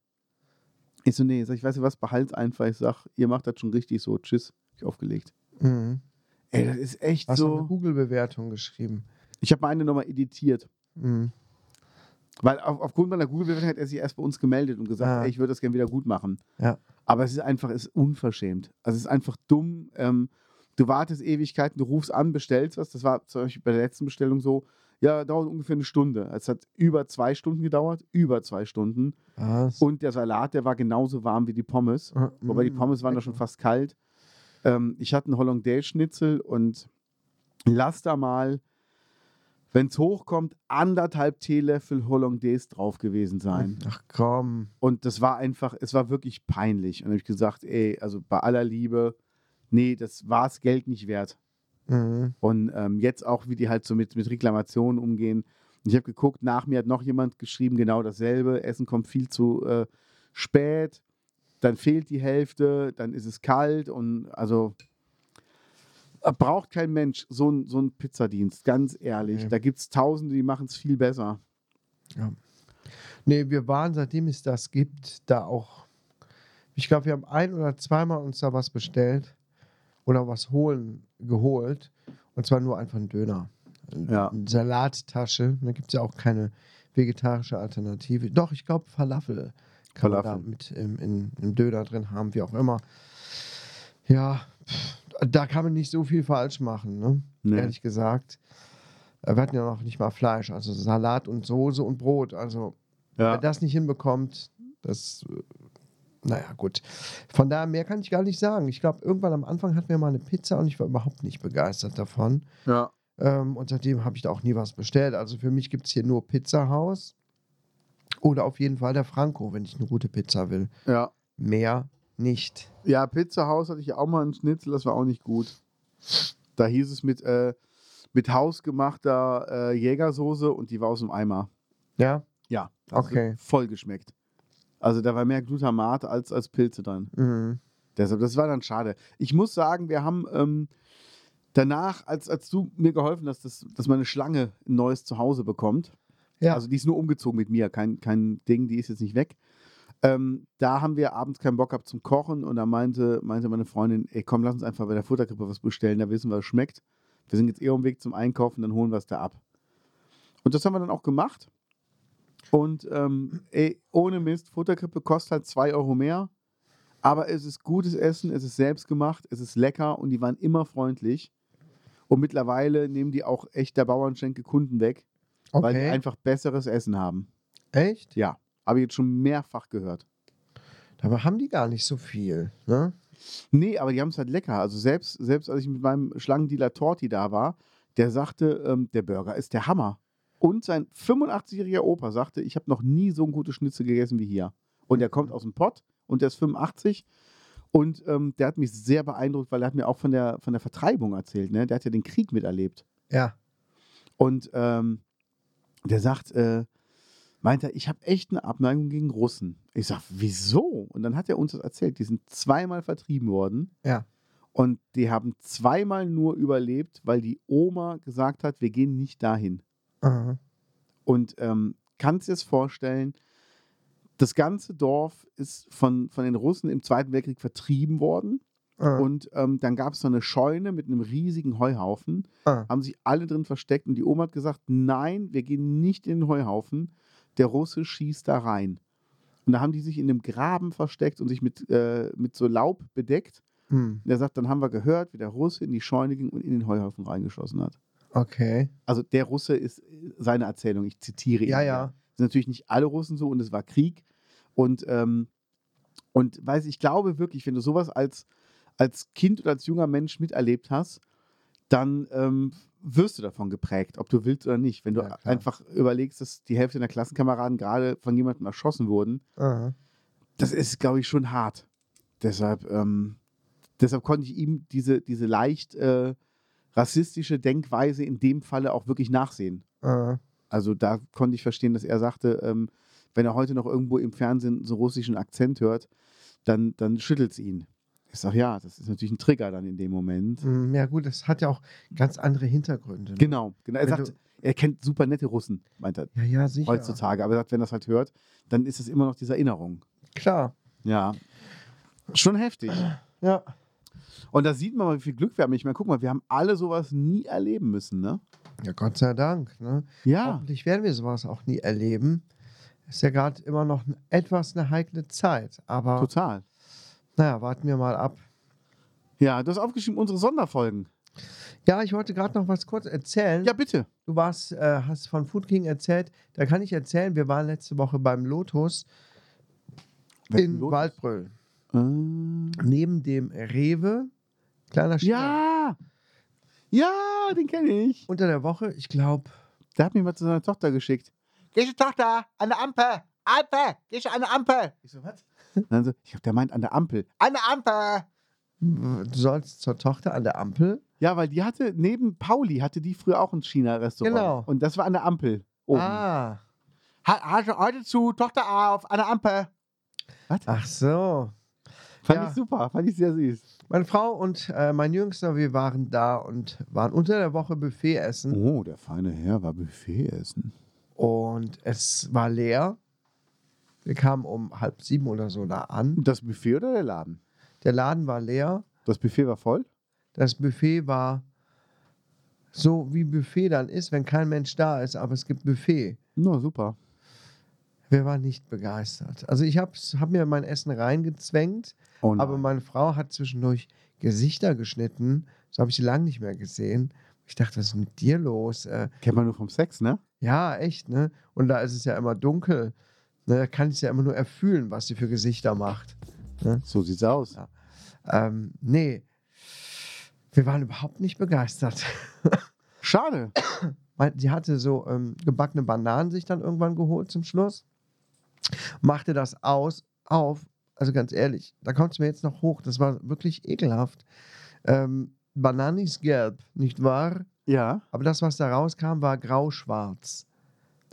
Ich so, nee, sag ich, weißt du was, behalt einfach. Ich sag, ihr macht das schon richtig so. Tschüss. Ich aufgelegt.
Mhm.
Ey, das ist echt
Hast du eine
so.
Google-Bewertung geschrieben?
Ich habe meine nochmal editiert.
Mhm.
Weil auf, aufgrund meiner Google-Bewertung hat er sich erst bei uns gemeldet und gesagt,
Ah.
ey, ich würde das gerne wieder gut machen.
Ja.
Aber es ist einfach, es ist unverschämt. Also es ist einfach dumm. Ähm, du wartest Ewigkeiten, du rufst an, bestellst was. Das war zum Beispiel bei der letzten Bestellung so, ja, dauert ungefähr eine Stunde. Es hat über zwei Stunden gedauert, über zwei Stunden.
Was?
Und der Salat, der war genauso warm wie die Pommes.
Ah,
Wobei die
mm,
Pommes waren da schon
lecker.
fast kalt. Ähm, ich hatte einen Hollandaise-Schnitzel und lass da mal, wenn es hochkommt, anderthalb Teelöffel Hollandaise drauf gewesen sein.
Ach komm.
Und das war einfach, es war wirklich peinlich. Und dann habe ich gesagt, ey, also bei aller Liebe, nee, das war es Geld nicht wert.
Mhm.
Und ähm, jetzt auch, wie die halt so mit, mit Reklamationen umgehen. Und ich habe geguckt, nach mir hat noch jemand geschrieben, genau dasselbe. Essen kommt viel zu äh, spät, dann fehlt die Hälfte, dann ist es kalt und also äh, braucht kein Mensch so einen so einen Pizzadienst, ganz ehrlich.
Nee.
Da gibt es Tausende, die machen es viel besser.
Nee, wir waren, seitdem es das gibt, da auch. Ich glaube, wir haben ein oder zweimal uns da was bestellt oder was holen, geholt. Und zwar nur einfach einen Döner.
Ja.
Eine Salattasche. Da gibt es ja auch keine vegetarische Alternative. Doch, ich glaube, Falafel kann man
Falafel.
da mit im, in, im Döner drin haben, wie auch immer. Ja, pff, da kann man nicht so viel falsch machen, ne?
Nee.
ehrlich gesagt. Äh, Wir hatten ja noch nicht mal Fleisch, also Salat und Soße und Brot. Also Wer das nicht hinbekommt, das, äh, naja, gut. Von daher, mehr kann ich gar nicht sagen. Ich glaube, irgendwann am Anfang hatten wir mal eine Pizza und ich war überhaupt nicht begeistert davon.
ja.
Ähm, und seitdem habe ich da auch nie was bestellt. Also für mich gibt es hier nur Pizzahaus oder auf jeden Fall der Franco, wenn ich eine gute Pizza will.
ja.
Mehr nicht.
Ja, Pizza Haus hatte ich ja auch mal einen Schnitzel, das war auch nicht gut. Da hieß es mit, äh, mit hausgemachter äh, Jägersoße und die war aus dem Eimer.
Ja,
Ja, also
Okay.
hat voll geschmeckt. Also da war mehr Glutamat als, als Pilze dran.
mhm.
Deshalb, das war dann schade. Ich muss sagen, wir haben ähm, danach, als, als du mir geholfen hast, dass, dass meine Schlange ein neues Zuhause bekommt,
ja.
also die ist nur umgezogen mit mir, kein, kein Ding, die ist jetzt nicht weg. Ähm, da haben wir abends keinen Bock gehabt zum Kochen und da meinte, meinte meine Freundin, ey komm, lass uns einfach bei der Futterkrippe was bestellen, da wissen wir, es schmeckt. Wir sind jetzt eher auf dem Weg zum Einkaufen, dann holen wir es da ab. Und das haben wir dann auch gemacht. Und ähm, ey, ohne Mist, Futterkrippe kostet halt 2 Euro mehr, aber es ist gutes Essen, es ist selbstgemacht, es ist lecker und die waren immer freundlich. Und mittlerweile nehmen die auch echt der Bauernschenke Kunden weg weil die
okay.
einfach besseres Essen haben.
Echt?
Ja, habe ich jetzt schon mehrfach gehört.
Dabei haben die gar nicht so viel. Ne?
Nee, aber die haben es halt lecker. Also selbst, selbst als ich mit meinem Schlangendealer Torti da war, der sagte, ähm, der Burger ist der Hammer. Und sein 85-jähriger Opa sagte, ich habe noch nie so ein gutes Schnitzel gegessen wie hier. Und er kommt aus dem Pott und der ist 85. Und ähm, der hat mich sehr beeindruckt, weil er hat mir auch von der, von der Vertreibung erzählt. Ne? Der hat ja den Krieg miterlebt.
Ja.
Und ähm, der sagt, äh, meint er, ich habe echt eine Abneigung gegen Russen. Ich sag, wieso? Und dann hat er uns das erzählt. Die sind zweimal vertrieben worden.
Ja.
Und die haben zweimal nur überlebt, weil die Oma gesagt hat, wir gehen nicht dahin.
Aha.
Und ähm, kannst dir das vorstellen, das ganze Dorf ist von, von den Russen im Zweiten Weltkrieg vertrieben worden.
Ah.
Und ähm, dann gab es so eine Scheune mit einem riesigen Heuhaufen
Ah.
haben sich alle drin versteckt und die Oma hat gesagt, nein, wir gehen nicht in den Heuhaufen, der Russe schießt da rein. Und da haben die sich in einem Graben versteckt und sich mit, äh, mit so Laub bedeckt.
Hm.
Und er sagt, dann haben wir gehört, wie der Russe in die Scheune ging und in den Heuhaufen reingeschossen hat.
Okay.
Also der Russe ist äh, seine Erzählung, ich zitiere ihn.
Ja,
hier.
ja.
Sind natürlich nicht alle Russen so und es war Krieg. Und, ähm, und weiß ich glaube wirklich, wenn du sowas als, als Kind oder als junger Mensch miterlebt hast, dann ähm, wirst du davon geprägt, ob du willst oder nicht. Wenn du
Ja, klar.
einfach überlegst, dass die Hälfte deiner Klassenkameraden gerade von jemandem erschossen wurden,
Aha.
das ist, glaube ich, schon hart. Deshalb, ähm, deshalb konnte ich ihm diese, diese leicht äh, rassistische Denkweise in dem Falle auch wirklich nachsehen.
Aha.
Also da konnte ich verstehen, dass er sagte, ähm, wenn er heute noch irgendwo im Fernsehen so russischen Akzent hört, dann, dann schüttelt es ihn. Ich sage, ja, das ist natürlich ein Trigger dann in dem Moment.
Mm, Ja, gut, das hat ja auch ganz andere Hintergründe. ne?
Genau, genau. Er
Wenn
sagt, er kennt super nette Russen, meint er
Ja, ja, sicher.
heutzutage. Aber er sagt, wenn er das halt hört, dann ist es immer noch diese Erinnerung.
Klar.
Ja. Schon heftig.
Ja.
Und da sieht man mal, wie viel Glück wir haben. Ich meine, guck mal, wir haben alle sowas nie erleben müssen, ne?
Ja, Gott sei Dank. Ne?
Ja.
Hoffentlich werden wir sowas auch nie erleben. Ist ja gerade immer noch n- etwas eine heikle Zeit. Aber
Total.
naja, warten wir mal ab.
Ja, du hast aufgeschrieben, unsere Sonderfolgen.
Ja, ich wollte gerade noch was kurz erzählen.
Ja, bitte.
Du warst, äh, hast von Food King erzählt. Da kann ich erzählen, wir waren letzte Woche beim Lotus in
Lotus?
Waldbröl.
Äh,
Neben dem Rewe, kleiner Stand.
Ja! Ja, den kenne ich.
Unter der Woche, ich glaube,
Der hat mich mal zu seiner Tochter geschickt. Gehst du, Tochter, an der Ampel. Ampel, gehst du an der Ampel. Ich so, was? Dann so, ich glaube, der meint an der Ampel. An der Ampel.
du sollst zur Tochter an der Ampel.
Ja, weil die hatte, neben Pauli hatte die früher auch ein China-Restaurant.
Genau.
Und das war an der Ampel oben.
Ah,
Ha, also heute zu, Tochter auf, an der Ampel.
ach so.
Fand
Ja.
ich super, fand ich sehr süß.
Meine Frau und äh, mein Jüngster, wir waren da und waren unter der Woche Buffet essen.
Oh, der feine Herr war Buffet essen.
Und es war leer. Wir kamen um halb sieben oder so da an.
Das Buffet oder der Laden?
Der Laden war leer.
Das Buffet war voll?
Das Buffet war so, wie Buffet dann ist, wenn kein Mensch da ist, aber es gibt Buffet.
Na, super.
Wir waren nicht begeistert. Also ich habe hab mir mein Essen reingezwängt,
Oh nein.
aber meine Frau hat zwischendurch Gesichter geschnitten. So habe ich sie lange nicht mehr gesehen. Ich dachte, was ist mit dir los? Äh,
Kennt man nur vom Sex, ne?
Ja, echt, ne? Und da ist es ja immer dunkel. Ne? Da kann ich es ja immer nur erfühlen, was sie für Gesichter macht.
So sieht's aus.
Ja. Ähm, nee, wir waren überhaupt nicht begeistert.
Schade.
Mein- Sie hatte so ähm, gebackene Bananen sich dann irgendwann geholt zum Schluss, machte das aus, auf. Also ganz ehrlich, da kommt es mir jetzt noch hoch. Das war wirklich ekelhaft. Ähm, Bananen ist gelb, nicht wahr?
Ja,
Aber das, was da rauskam, war grau-schwarz.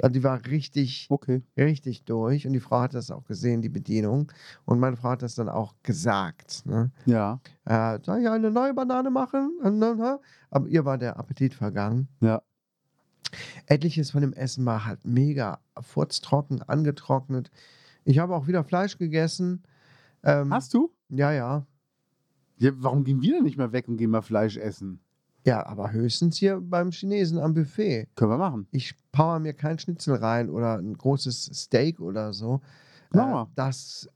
Also Die war richtig
okay.
richtig durch und die Frau hat das auch gesehen, die Bedienung. Und meine Frau hat das dann auch gesagt. Ne?
Ja,
Äh, soll ich eine neue Banane machen? Und, ne, ne? Aber ihr war der Appetit vergangen.
Ja.
Etliches von dem Essen war halt mega furztrocken, angetrocknet. Ich habe auch wieder Fleisch gegessen. Ähm,
Hast du?
Ja, ja.
Hm. Ja, warum gehen wir denn nicht mal weg und gehen mal Fleisch essen?
Ja, aber höchstens hier beim Chinesen am Buffet.
Können wir machen.
Ich power mir kein Schnitzel rein oder ein großes Steak oder so. Äh,
Mach mal.
das,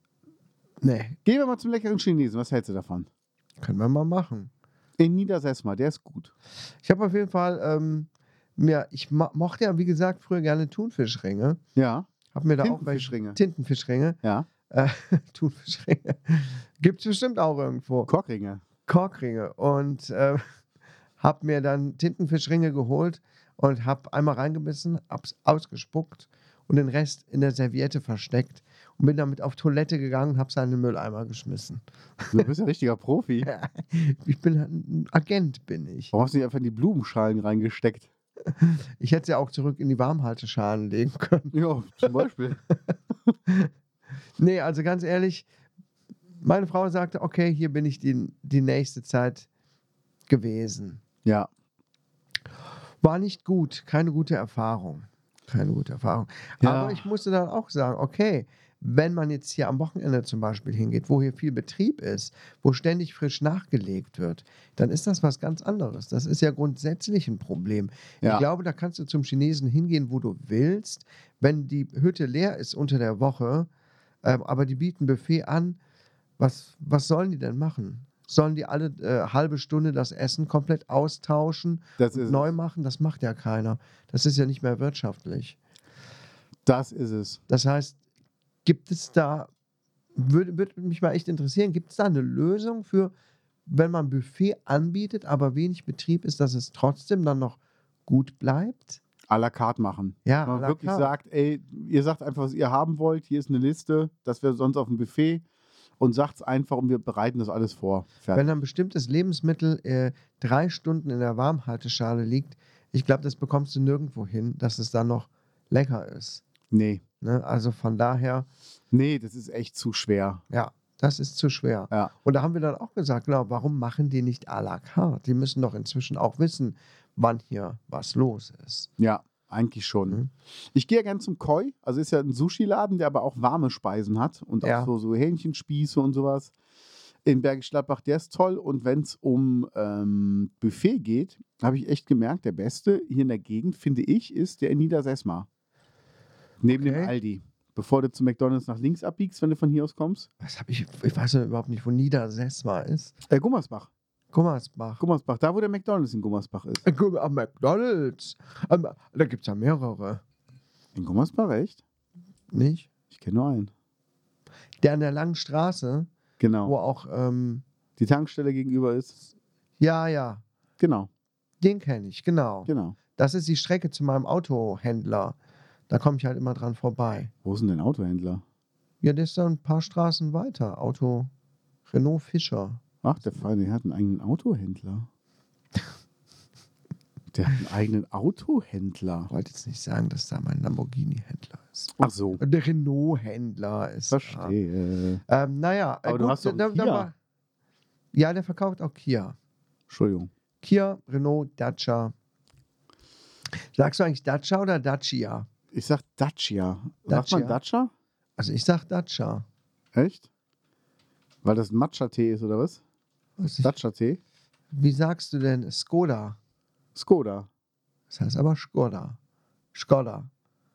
nee,
Gehen wir mal zum leckeren Chinesen. Was hältst du davon?
Können wir mal machen.
In Niedersessma, der ist gut.
Ich habe auf jeden Fall ähm, mir, ich ma- mochte ja, wie gesagt, früher gerne Thunfischringe.
Ja,
Habe mir da auch
Tintenfischringe.
welche. Tintenfischringe. (laughs)
ja.
Äh, Thunfischringe. Gibt es bestimmt auch irgendwo.
Korkringe.
Korkringe. Und äh, (laughs) habe mir dann Tintenfischringe geholt und habe einmal reingebissen, hab's ausgespuckt und den Rest in der Serviette versteckt. Und bin damit auf Toilette gegangen und habe es in den Mülleimer geschmissen. (laughs)
Du bist ja richtiger (laughs) Profi.
Ich bin halt ein Agent, bin ich.
Warum hast du nicht einfach in die Blumenschalen reingesteckt?
Ich hätte sie auch zurück in die Warmhalteschalen legen können. (laughs)
Ja, zum Beispiel.
Nee, also ganz ehrlich, meine Frau sagte, okay, hier bin ich die, die nächste Zeit gewesen.
(laughs) ja.
War nicht gut, keine gute Erfahrung. Keine gute Erfahrung.
Ja.
Aber ich musste dann auch sagen, okay, wenn man jetzt hier am Wochenende zum Beispiel hingeht, wo hier viel Betrieb ist, wo ständig frisch nachgelegt wird, dann ist das was ganz anderes. Das ist ja grundsätzlich ein Problem.
Ja.
Ich glaube, da kannst du zum Chinesen hingehen, wo du willst. Wenn die Hütte leer ist unter der Woche, ähm, aber die bieten Buffet an, was, was sollen die denn machen? Sollen die alle äh, halbe Stunde das Essen komplett austauschen,
Das ist,
neu machen? Das macht ja keiner. Das ist ja nicht mehr wirtschaftlich.
das ist es.
Das heißt, gibt es da, würde, würde mich mal echt interessieren, gibt es da eine Lösung für, wenn man Buffet anbietet, aber wenig Betrieb ist, dass es trotzdem dann noch gut bleibt?
A la carte machen.
Ja,
Wenn
à la
man wirklich
carte.
sagt, ey, ihr sagt einfach, was ihr haben wollt. Hier ist eine Liste. Das wäre sonst auf dem Buffet. Und sagt es einfach und wir bereiten das alles vor. Fertig.
Wenn ein bestimmtes Lebensmittel äh, drei Stunden in der Warmhalteschale liegt, ich glaube, das bekommst du nirgendwo hin, dass es dann noch lecker ist.
Nee.
Ne? Also von daher,
Nee, das ist echt zu schwer.
ja, Das ist zu schwer.
Ja.
Und da haben wir dann auch gesagt, na, warum machen die nicht à la carte? Die müssen doch inzwischen auch wissen, wann hier was los ist.
Ja, eigentlich schon.
Mhm.
Ich gehe ja gern zum Koi. Also ist ja ein Sushi-Laden, der aber auch warme Speisen hat und
Ja.
auch so, so Hähnchenspieße und sowas. In Bergisch Gladbach, der ist toll. Und wenn es um ähm, Buffet geht, habe ich echt gemerkt, der beste hier in der Gegend, finde ich, ist der in Niedersesma. Neben
Okay.
dem Aldi. Bevor du zu McDonalds nach links abbiegst, wenn du von hier aus kommst.
Was habe ich, ich weiß ja überhaupt nicht, wo Niedersesma ist.
Äh, Gummersbach.
Gummersbach.
Gummersbach, da wo der McDonalds in Gummersbach ist.
Gu- Äh, Am McDonalds. Am- Da gibt es ja mehrere,
In Gummersbach, echt?
nicht?
Ich kenne nur einen.
Der an der langen Straße,
Genau.
wo auch, ähm,
Die Tankstelle gegenüber ist.
ja, ja,
Genau,
den kenne ich, genau.
genau.
Das ist die Strecke zu meinem Autohändler. Da komme ich halt immer dran vorbei.
Wo ist denn dein Autohändler?
Ja, der ist da ein paar Straßen weiter. Auto Renault Fischer.
Ach, der Fall, der hat einen eigenen Autohändler. Der hat einen eigenen Autohändler.
Ich wollte jetzt nicht sagen, dass da mein Lamborghini-Händler ist.
Ach so.
Der Renault-Händler ist. da.
Verstehe.
Ähm, naja, äh,
Aber du hast doch einen Kia.
war- ja, der verkauft auch Kia.
Entschuldigung.
Kia, Renault, Dacia. Sagst du eigentlich Dacia oder Dacia?
Ich sag Dacia. Sagt man Dacia?
Also ich sag Dacia.
Echt? Weil das ein Matcha-Tee ist, oder was?
Was ich,
Dacia-Tee?
wie sagst du denn Skoda?
Skoda.
Das heißt aber Skoda. Skoda.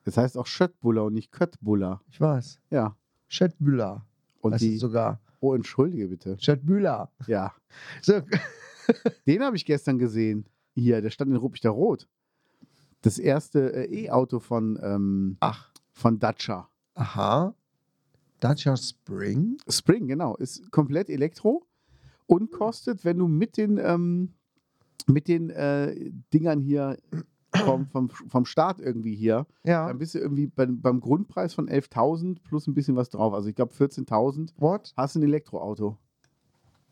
Das heißt auch Schöttbuller und nicht Köttbuller.
Ich weiß.
Ja.
Schöttbühler.
Und
Das
die.
ist sogar.
oh, entschuldige bitte.
Schöttbühler.
Ja.
So,
Den habe ich gestern gesehen. Hier, der stand in Ruppichter Rot. Das erste äh, E-Auto von, ähm,
ach.
von Dacia.
Aha. Dacia Spring?
Spring, genau. Ist komplett Elektro und kostet, wenn du mit den, ähm, mit den äh, Dingern hier vom, vom, vom Start irgendwie hier,
Ja.
dann bist du irgendwie beim, beim Grundpreis von 11.000 plus ein bisschen was drauf. Also ich glaube 14.000
What?
hast du ein Elektroauto.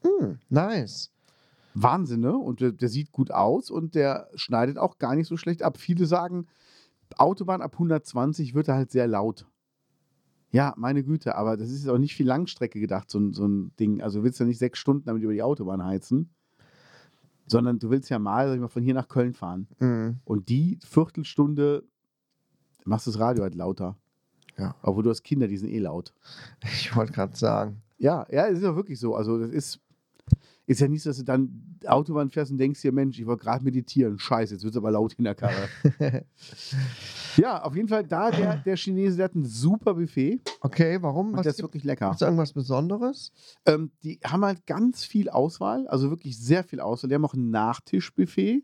Hm, nice.
Wahnsinn, ne? Und der, der sieht gut aus und der schneidet auch gar nicht so schlecht ab. Viele sagen, Autobahn ab 120 wird er halt sehr laut. Ja, meine Güte, aber das ist auch nicht viel Langstrecke gedacht, so, ein- so ein Ding. Also du willst ja nicht sechs Stunden damit über die Autobahn heizen, sondern du willst ja mal, sag ich mal, von hier nach Köln fahren.
Hm.
Und die Viertelstunde machst du das Radio halt lauter.
Ja.
Obwohl du hast Kinder, die sind eh laut.
Ich wollte gerade sagen.
Ja, ja, es ist ja wirklich so. Also, das ist, ist ja nicht so, dass du dann Autobahn fährst und denkst dir, Mensch, ich wollte gerade meditieren. Scheiße, jetzt wird es aber laut in der Karre.
(laughs)
ja, auf jeden Fall, da der, der Chinese, der hat ein super Buffet
Okay, warum?
und
Was
das ist
gibt
wirklich lecker.
es irgendwas Besonderes?
Ähm, die haben halt ganz viel Auswahl, also wirklich sehr viel Auswahl. Die haben auch ein Nachtischbuffet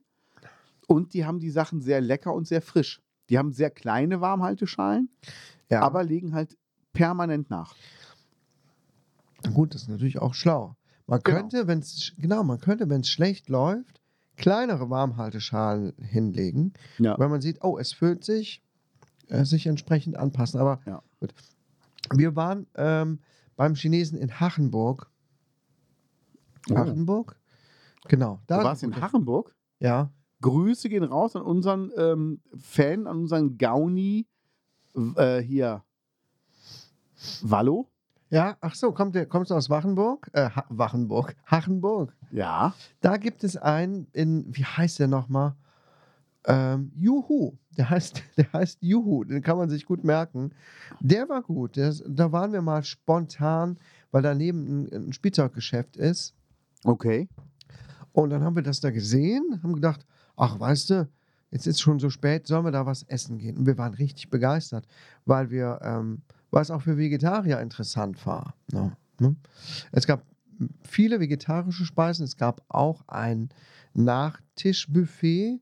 und die haben die Sachen sehr lecker und sehr frisch. Die haben sehr kleine Warmhalteschalen,
Ja.
aber legen halt permanent nach.
gut, das ist natürlich auch schlau. Man
Genau.
könnte, wenn es genau, man könnte, wenn es schlecht läuft, kleinere Warmhalteschalen hinlegen,
Ja.
weil man sieht, oh, es füllt sich, äh, sich entsprechend anpassen. Aber
Ja.
gut. Wir waren ähm, beim Chinesen in Hachenburg.
Oh.
Hachenburg? Genau.
Du
ist
warst
ein
in
guter-
Hachenburg?
Ja.
Grüße gehen raus an unseren ähm, Fan, an unseren Gauni w- äh, hier. Wallo?
Ja, ach so, kommt der, kommst du aus Wachenburg? Äh, ha Wachenburg. (laughs) Hachenburg.
Ja.
Da gibt es einen in, wie heißt der nochmal? Ähm, Juhu. Der heißt, (laughs) der heißt Juhu. Den kann man sich gut merken. Der war gut. Der, ist- da waren wir mal spontan, weil daneben ein, ein Spielzeuggeschäft ist.
Okay.
Und dann haben wir das da gesehen, haben gedacht, ach, weißt du, jetzt ist schon so spät, sollen wir da was essen gehen? Und wir waren richtig begeistert, weil wir, ähm, weil es auch für Vegetarier interessant war. Ne? Ne? Es gab viele vegetarische Speisen, es gab auch ein Nachtischbuffet.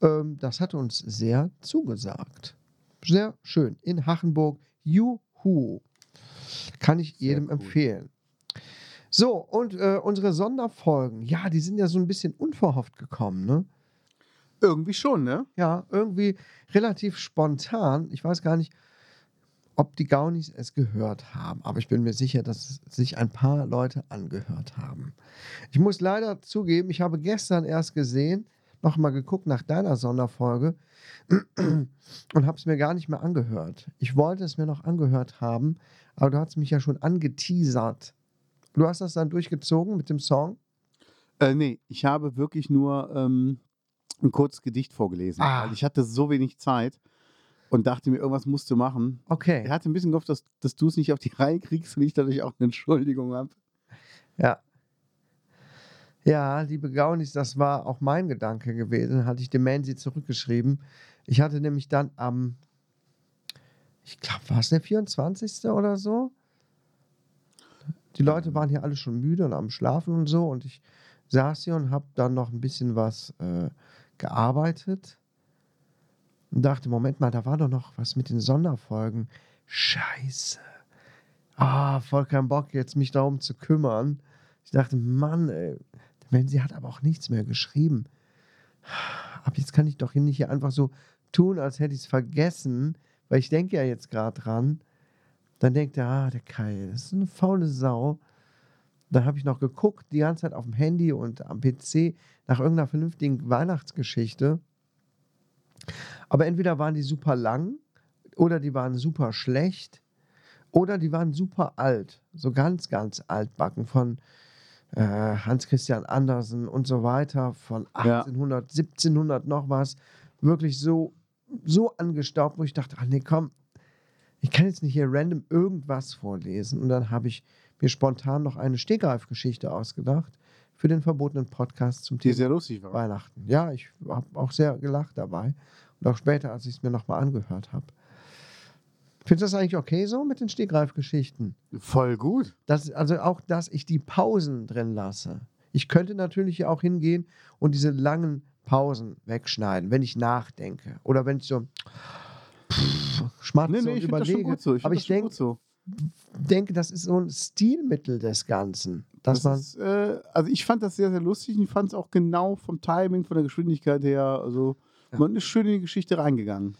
Ähm, das hat uns sehr zugesagt. Sehr schön. In Hachenburg, Juhu. Kann ich
Sehr
jedem
cool.
empfehlen. So, und äh, unsere Sonderfolgen, ja, die sind ja so ein bisschen unverhofft gekommen, ne?
Irgendwie schon, ne?
Ja, irgendwie relativ spontan. Ich weiß gar nicht, ob die Gaunis es gehört haben, aber ich bin mir sicher, dass es sich ein paar Leute angehört haben. Ich muss leider zugeben, ich habe gestern erst gesehen, nochmal geguckt nach deiner Sonderfolge (clears throat) und habe es mir gar nicht mehr angehört. Ich wollte es mir noch angehört haben, aber du hast mich ja schon angeteasert, Du hast das dann durchgezogen mit dem Song?
Äh, nee, ich habe wirklich nur ähm, ein kurzes Gedicht vorgelesen.
Ah.
Weil ich hatte so wenig Zeit und dachte mir, irgendwas musst du machen.
Okay.
Ich hatte ein bisschen gehofft, dass, dass du es nicht auf die Reihe kriegst und ich dadurch auch eine Entschuldigung habe.
Ja. Ja, liebe Gaunis, das war auch mein Gedanke gewesen, hatte ich dem Mansi zurückgeschrieben. Ich hatte nämlich dann am, ich glaube, war es der 24. oder so? Die Leute waren hier alle schon müde und am Schlafen und so und ich saß hier und habe dann noch ein bisschen was äh, gearbeitet und dachte, Moment mal, da war doch noch was mit den Sonderfolgen. Scheiße. Ah, voll keinen Bock, jetzt mich darum zu kümmern. Ich dachte, Mann, ey, der Menzi hat aber auch nichts mehr geschrieben. Aber jetzt kann ich doch hier nicht hier einfach so tun, als hätte ich es vergessen, weil ich denke ja jetzt gerade dran. Dann denkt er, ah, der Kai, das ist eine faule Sau. Dann habe ich noch geguckt, die ganze Zeit auf dem Handy und am PC nach irgendeiner vernünftigen Weihnachtsgeschichte. Aber entweder waren die super lang oder die waren super schlecht oder die waren super alt, so ganz, ganz altbacken von äh, Hans Christian Andersen und so weiter, von
Ja.
1800, 1700 noch was, wirklich so, so angestaubt, wo ich dachte, ach nee, komm, ich kann jetzt nicht hier random irgendwas vorlesen. Und dann habe ich mir spontan noch eine Stegreifgeschichte ausgedacht für den verbotenen Podcast zum
Die
Thema
sehr lustig war.
Weihnachten. Ja, ich habe auch sehr gelacht dabei. Und auch später, als ich es mir nochmal angehört habe. Findest du das eigentlich okay so mit den Stegreifgeschichten?
Voll gut.
Das, also auch, dass ich die Pausen drin lasse. Ich könnte natürlich auch hingehen und diese langen Pausen wegschneiden, wenn ich nachdenke. Oder wenn ich so pff, schmatze
Nee, nee,
und
ich finde das schon
überlege.
gut so. Ich find
Aber
das
ich
schon
denk,
gut so.
denke, das ist so ein Stilmittel des Ganzen. Dass
Das ist, äh, also ich fand das sehr, sehr lustig und ich fand es auch genau vom Timing, von der Geschwindigkeit her, also
Ja.
man ist schön in die Geschichte reingegangen.
man,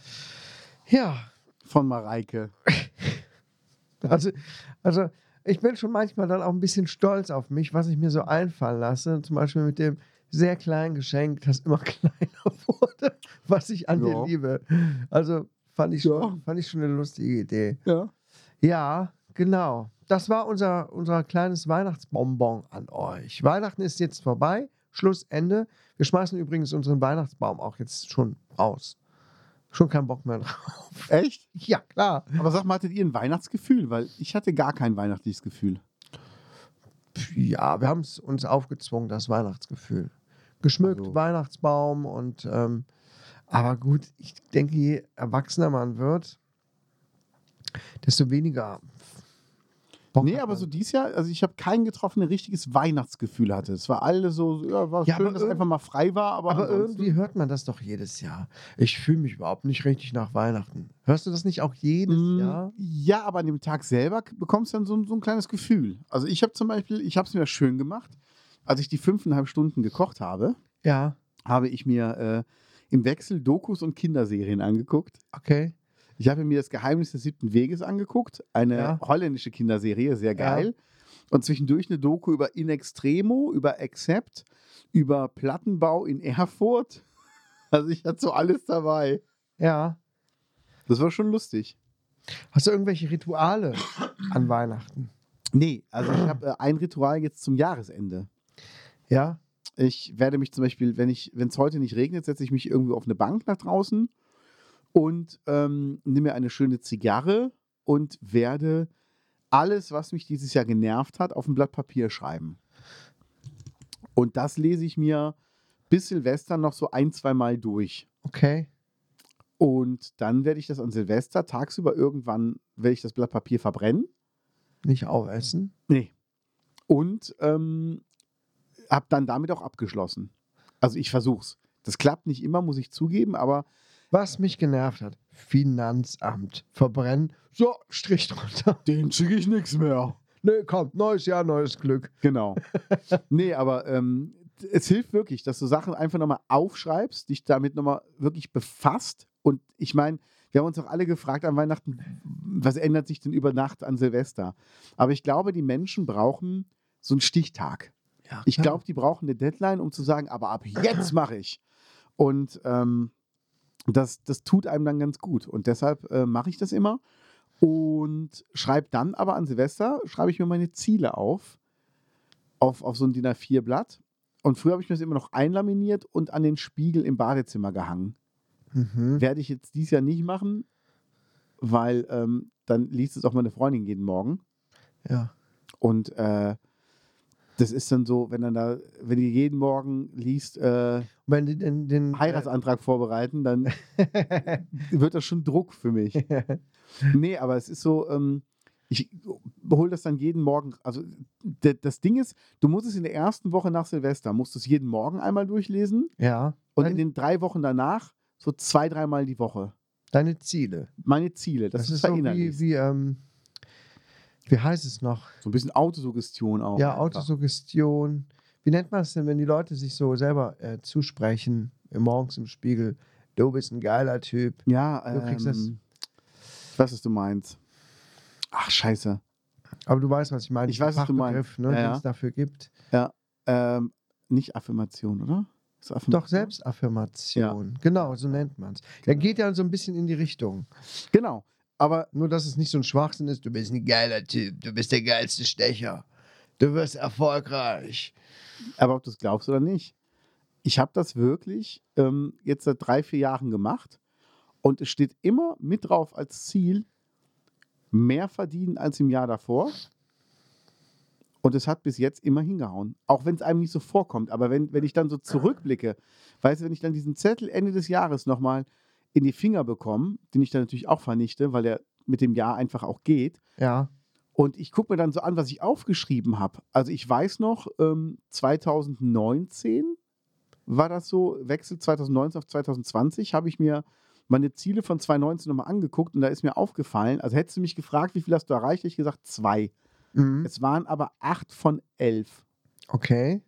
ja,
Von Mareike.
Also, also ich bin schon manchmal dann auch ein bisschen stolz auf mich, was ich mir so einfallen lasse. Zum Beispiel mit dem sehr kleinen Geschenk, das immer (laughs) kleiner wurde, was ich an
Ja.
dir liebe. Also fand ich,
Ja.
schon, fand ich schon eine lustige Idee.
Ja.
Ja, genau. Das war unser, unser kleines Weihnachtsbonbon an euch. Weihnachten ist jetzt vorbei. Schluss, Ende. Wir schmeißen übrigens unseren Weihnachtsbaum auch jetzt schon raus. Schon kein Bock mehr drauf. (laughs)
Echt?
Ja, klar.
Aber sag mal, hattet ihr ein Weihnachtsgefühl? Weil ich hatte gar kein weihnachtliches Gefühl.
ja, wir haben es uns aufgezwungen, das Weihnachtsgefühl. Geschmückt,
Also-
Weihnachtsbaum und ähm, aber gut, ich denke, je erwachsener man wird, desto weniger. Bock
nee,
hat
aber
man.
so dieses Jahr, also ich habe keinen getroffen, der richtiges Weihnachtsgefühl hatte. Es war alle so, ja, war
Ja,
schön,
aber
dass
irgend-
einfach mal frei war, aber,
Aber
ansonsten-
irgendwie hört man das doch jedes Jahr. Ich fühle mich überhaupt nicht richtig nach Weihnachten. Hörst du das nicht auch jedes
Mm,
Jahr?
Ja, aber an dem Tag selber k- bekommst du dann so, ein- so ein kleines Gefühl. Also ich habe zum Beispiel, ich habe es mir schön gemacht, als ich die fünfeinhalb Stunden gekocht habe,
Ja,
habe ich mir äh, im Wechsel Dokus und Kinderserien angeguckt.
okay.
Ich habe mir das Geheimnis des siebten Weges angeguckt, eine
Ja.
holländische Kinderserie, sehr geil. Und zwischendurch eine Doku über In Extremo, über Accept, über Plattenbau in Erfurt. (laughs) Also ich hatte so alles dabei.
Ja.
Das war schon lustig.
Hast du irgendwelche Rituale an Weihnachten?
Nee, also ich habe äh, ein Ritual jetzt zum Jahresende.
Ja?
Ich werde mich zum Beispiel, wenn es heute nicht regnet, setze ich mich irgendwie auf eine Bank nach draußen und ähm, nehme mir eine schöne Zigarre und werde alles, was mich dieses Jahr genervt hat, auf ein Blatt Papier schreiben. Und das lese ich mir bis Silvester noch so ein, zweimal durch.
Okay.
Und dann werde ich das an Silvester tagsüber irgendwann, werde ich das Blatt Papier verbrennen.
Nicht aufessen?
Nee. Und ähm, habe dann damit auch abgeschlossen. Also ich versuch's. Das klappt nicht immer, muss ich zugeben, aber
Was mich genervt hat, Finanzamt verbrennen, so, Strich drunter.
(laughs) den schicke ich nichts mehr.
Nee, komm, neues Jahr, neues Glück.
Genau. nee, aber ähm, es hilft wirklich, dass du Sachen einfach nochmal aufschreibst, dich damit nochmal wirklich befasst. Und ich meine, wir haben uns auch alle gefragt an Weihnachten, was ändert sich denn über Nacht an Silvester? Aber ich glaube, die Menschen brauchen so einen Stichtag. Ich glaube, die brauchen eine Deadline, um zu sagen, aber ab jetzt mache ich. Und ähm, das, das tut einem dann ganz gut. Und deshalb äh, mache ich das immer. Und schreibe dann aber an Silvester, schreibe ich mir meine Ziele auf, auf, auf so ein DIN A4-Blatt. Und früher habe ich mir das immer noch einlaminiert und an den Spiegel im Badezimmer gehangen.
Mhm.
Werde ich jetzt dieses Jahr nicht machen, weil ähm, dann liest es auch meine Freundin jeden Morgen.
Ja.
Und äh, das ist dann so, wenn dann da, wenn die jeden Morgen liest, äh,
Und Wenn die den, den äh,
Heiratsantrag vorbereiten, dann wird das schon Druck für mich. Nee, aber es ist so, ähm, ich hole das dann jeden Morgen. Also d- das Ding ist, du musst es in der ersten Woche nach Silvester, musst du es jeden Morgen einmal durchlesen
(laughs) ja.
und in
Dein,
den drei Wochen danach so zwei, dreimal die Woche.
deine Ziele.
Meine Ziele, das,
Das, ist so wie,
verinnerlicht.
wie, ähm, wie heißt es noch?
so ein bisschen Autosuggestion auch.
ja,
Oh, einfach.
Autosuggestion. Wie nennt man es denn, wenn die Leute sich so selber äh, zusprechen, äh, morgens im Spiegel? Du bist ein geiler Typ.
Ja,
Du kriegst das-
ähm, ich weiß, was du meinst. Ach, scheiße.
Aber du weißt, was ich meine.
Ich weiß, was du meinst.
Fachbegriff, ne,
Ja,
den
ja.
es dafür gibt.
Ähm, nicht Affirmation, oder? Ist Affirmation?
Doch, Selbstaffirmation. Hm? Genau, so nennt man es. Ja, geht ja so ein bisschen in die Richtung.
Genau. Aber
Nur, dass es nicht so ein Schwachsinn ist. Du bist ein geiler Typ. Du bist der geilste Stecher. Du wirst erfolgreich.
Aber ob du es glaubst oder nicht, ich habe das wirklich ähm, jetzt seit drei, vier Jahren gemacht und es steht immer mit drauf als Ziel, mehr verdienen als im Jahr davor. Und es hat bis jetzt immer hingehauen. Auch wenn es einem nicht so vorkommt. Aber wenn, wenn ich dann so zurückblicke, weißt du, wenn ich dann diesen Zettel Ende des Jahres nochmal in die Finger bekomme, den ich dann natürlich auch vernichte, weil der mit dem Jahr einfach auch geht,
Ja.
und ich gucke mir dann so an, was ich aufgeschrieben habe. Also ich weiß noch, ähm, 2019 war das so, Wechsel 2019 auf 2020, habe ich mir meine Ziele von 2019 nochmal angeguckt und da ist mir aufgefallen, also hättest du mich gefragt, wie viel hast du erreicht, hätte ich gesagt zwei.
Mhm.
Es waren aber acht von elf.
Okay.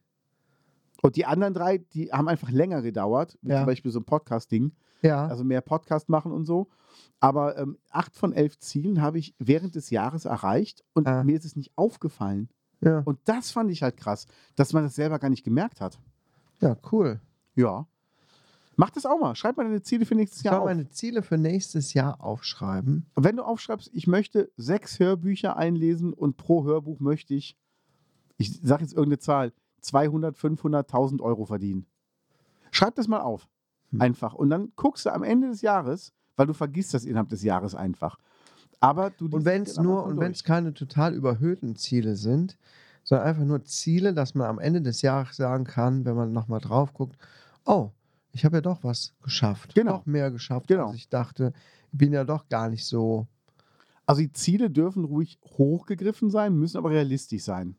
Und die anderen drei, die haben einfach länger gedauert, wie
Ja.
zum Beispiel so ein Podcast-Ding,
Ja.
also mehr Podcast machen und so. Aber ähm, acht von elf Zielen habe ich während des Jahres erreicht und
Ah.
mir ist es nicht aufgefallen.
ja.
Und das fand ich halt krass, dass man das selber gar nicht gemerkt hat.
ja, cool.
Ja. Mach das auch mal. Schreib mal deine Ziele für nächstes
Ich soll
Jahr auf.
meine Ziele für nächstes Jahr aufschreiben.
Und wenn du aufschreibst, ich möchte sechs Hörbücher einlesen und pro Hörbuch möchte ich, ich sage jetzt irgendeine Zahl, 200, 500, 1000 Euro verdienen. Schreib das mal auf.
Hm.
Einfach. Und dann guckst du am Ende des Jahres, weil du vergisst das innerhalb des Jahres einfach. Aber du
Und
liest
wenn
den
es
am
nur
Anfang
und
durch.
wenn es keine total überhöhten Ziele sind, sondern einfach nur Ziele, dass man am Ende des Jahres sagen kann, wenn man nochmal drauf guckt, oh, ich habe ja doch was geschafft.
Genau.
Doch mehr geschafft,
Genau.
als ich dachte. Ich bin ja doch gar nicht so.
Also die Ziele dürfen ruhig hochgegriffen sein, müssen aber realistisch sein.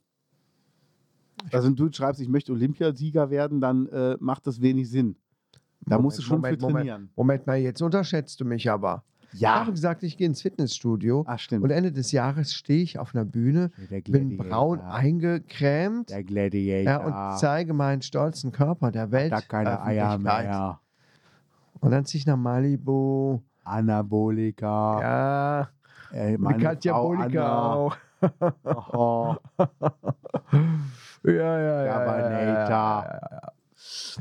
Also wenn du schreibst, ich möchte Olympiasieger werden, dann äh, macht das wenig Sinn. Da
Moment,
musst du schon
Moment,
für
Moment.
trainieren.
Moment mal, jetzt unterschätzt du mich aber. Ich habe gesagt, ich gehe ins Fitnessstudio
Ach, ah, stimmt.
und Ende des Jahres stehe ich auf einer Bühne,
der
bin braun eingecremt
Der Gladiator.
ja, und zeige meinen stolzen Körper der Welt. äh,
da keine Eier mehr.
Und dann ziehe ich nach Malibu.
Anabolika.
Ja.
Äh,
Die
meine
Katja
Frau
Bolika
Anna.
auch.
Oh,
Ja, ja,
Governator.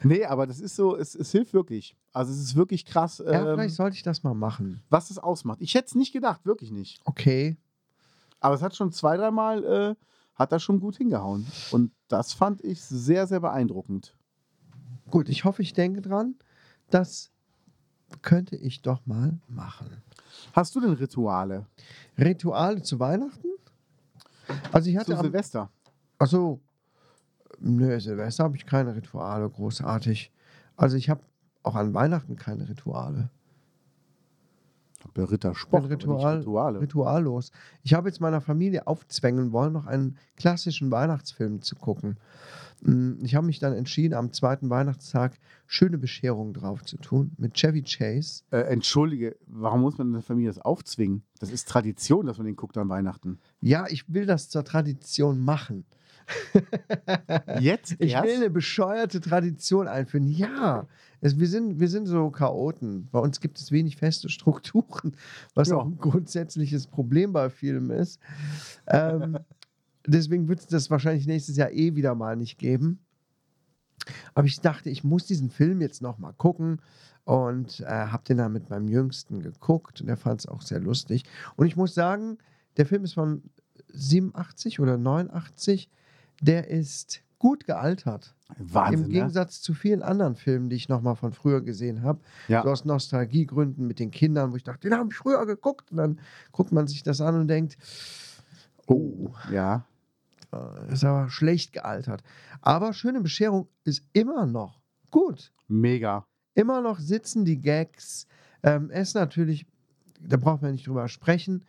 Nee, aber das ist so, es, es hilft wirklich. Also es ist wirklich krass,
Ja,
ähm,
vielleicht sollte ich das mal machen.
was es ausmacht. Ich hätte es nicht gedacht, wirklich nicht.
Okay.
Aber es hat schon zwei, dreimal, äh, hat das schon gut hingehauen. Und das fand ich sehr, sehr beeindruckend.
Gut, ich hoffe, ich denke dran. Das könnte ich doch mal machen.
Hast du denn Rituale
Rituale zu Weihnachten? Also ich
zu
hatte am,
Silvester?
also nö, Silvester habe ich keine Rituale großartig. Also ich habe auch an Weihnachten keine Rituale.
Der
Ein
Rittersport, aber nicht
Ritual-
Rituale.
Rituallos. Ich habe jetzt meiner Familie aufzwängen wollen, noch einen klassischen Weihnachtsfilm zu gucken. Mm, Ich habe mich dann entschieden, am zweiten Weihnachtstag schöne Bescherung drauf zu tun mit Chevy Chase.
äh, entschuldige, warum muss man in der Familie das aufzwingen? Das ist Tradition, dass man den guckt an Weihnachten.
Ja, ich will das zur Tradition machen.
Jetzt
Äh, Ich
erst?
will eine bescheuerte Tradition einführen. Ja, es, wir, sind, wir sind so Chaoten. Bei uns gibt es wenig feste Strukturen, was
Ja.
auch ein grundsätzliches Problem bei Filmen ist. Ähm, deswegen wird es das wahrscheinlich nächstes Jahr eh wieder mal nicht geben. Aber ich dachte, ich muss diesen Film jetzt nochmal gucken und äh, habe den dann mit meinem Jüngsten geguckt und er fand es auch sehr lustig. Und ich muss sagen, der Film ist von 87 oder 89. Der ist gut gealtert.
Wahnsinn.
Im
ne?
Gegensatz zu vielen anderen Filmen, die ich nochmal von früher gesehen habe.
Ja.
So aus Nostalgiegründen mit den Kindern, wo ich dachte, den habe ich früher geguckt. Und dann guckt man sich das an und denkt, oh,
Ja.
äh, ist aber schlecht gealtert. Aber schöne Bescherung ist immer noch gut.
Mega.
Immer noch sitzen die Gags. Ähm, es natürlich, da braucht man nicht drüber sprechen,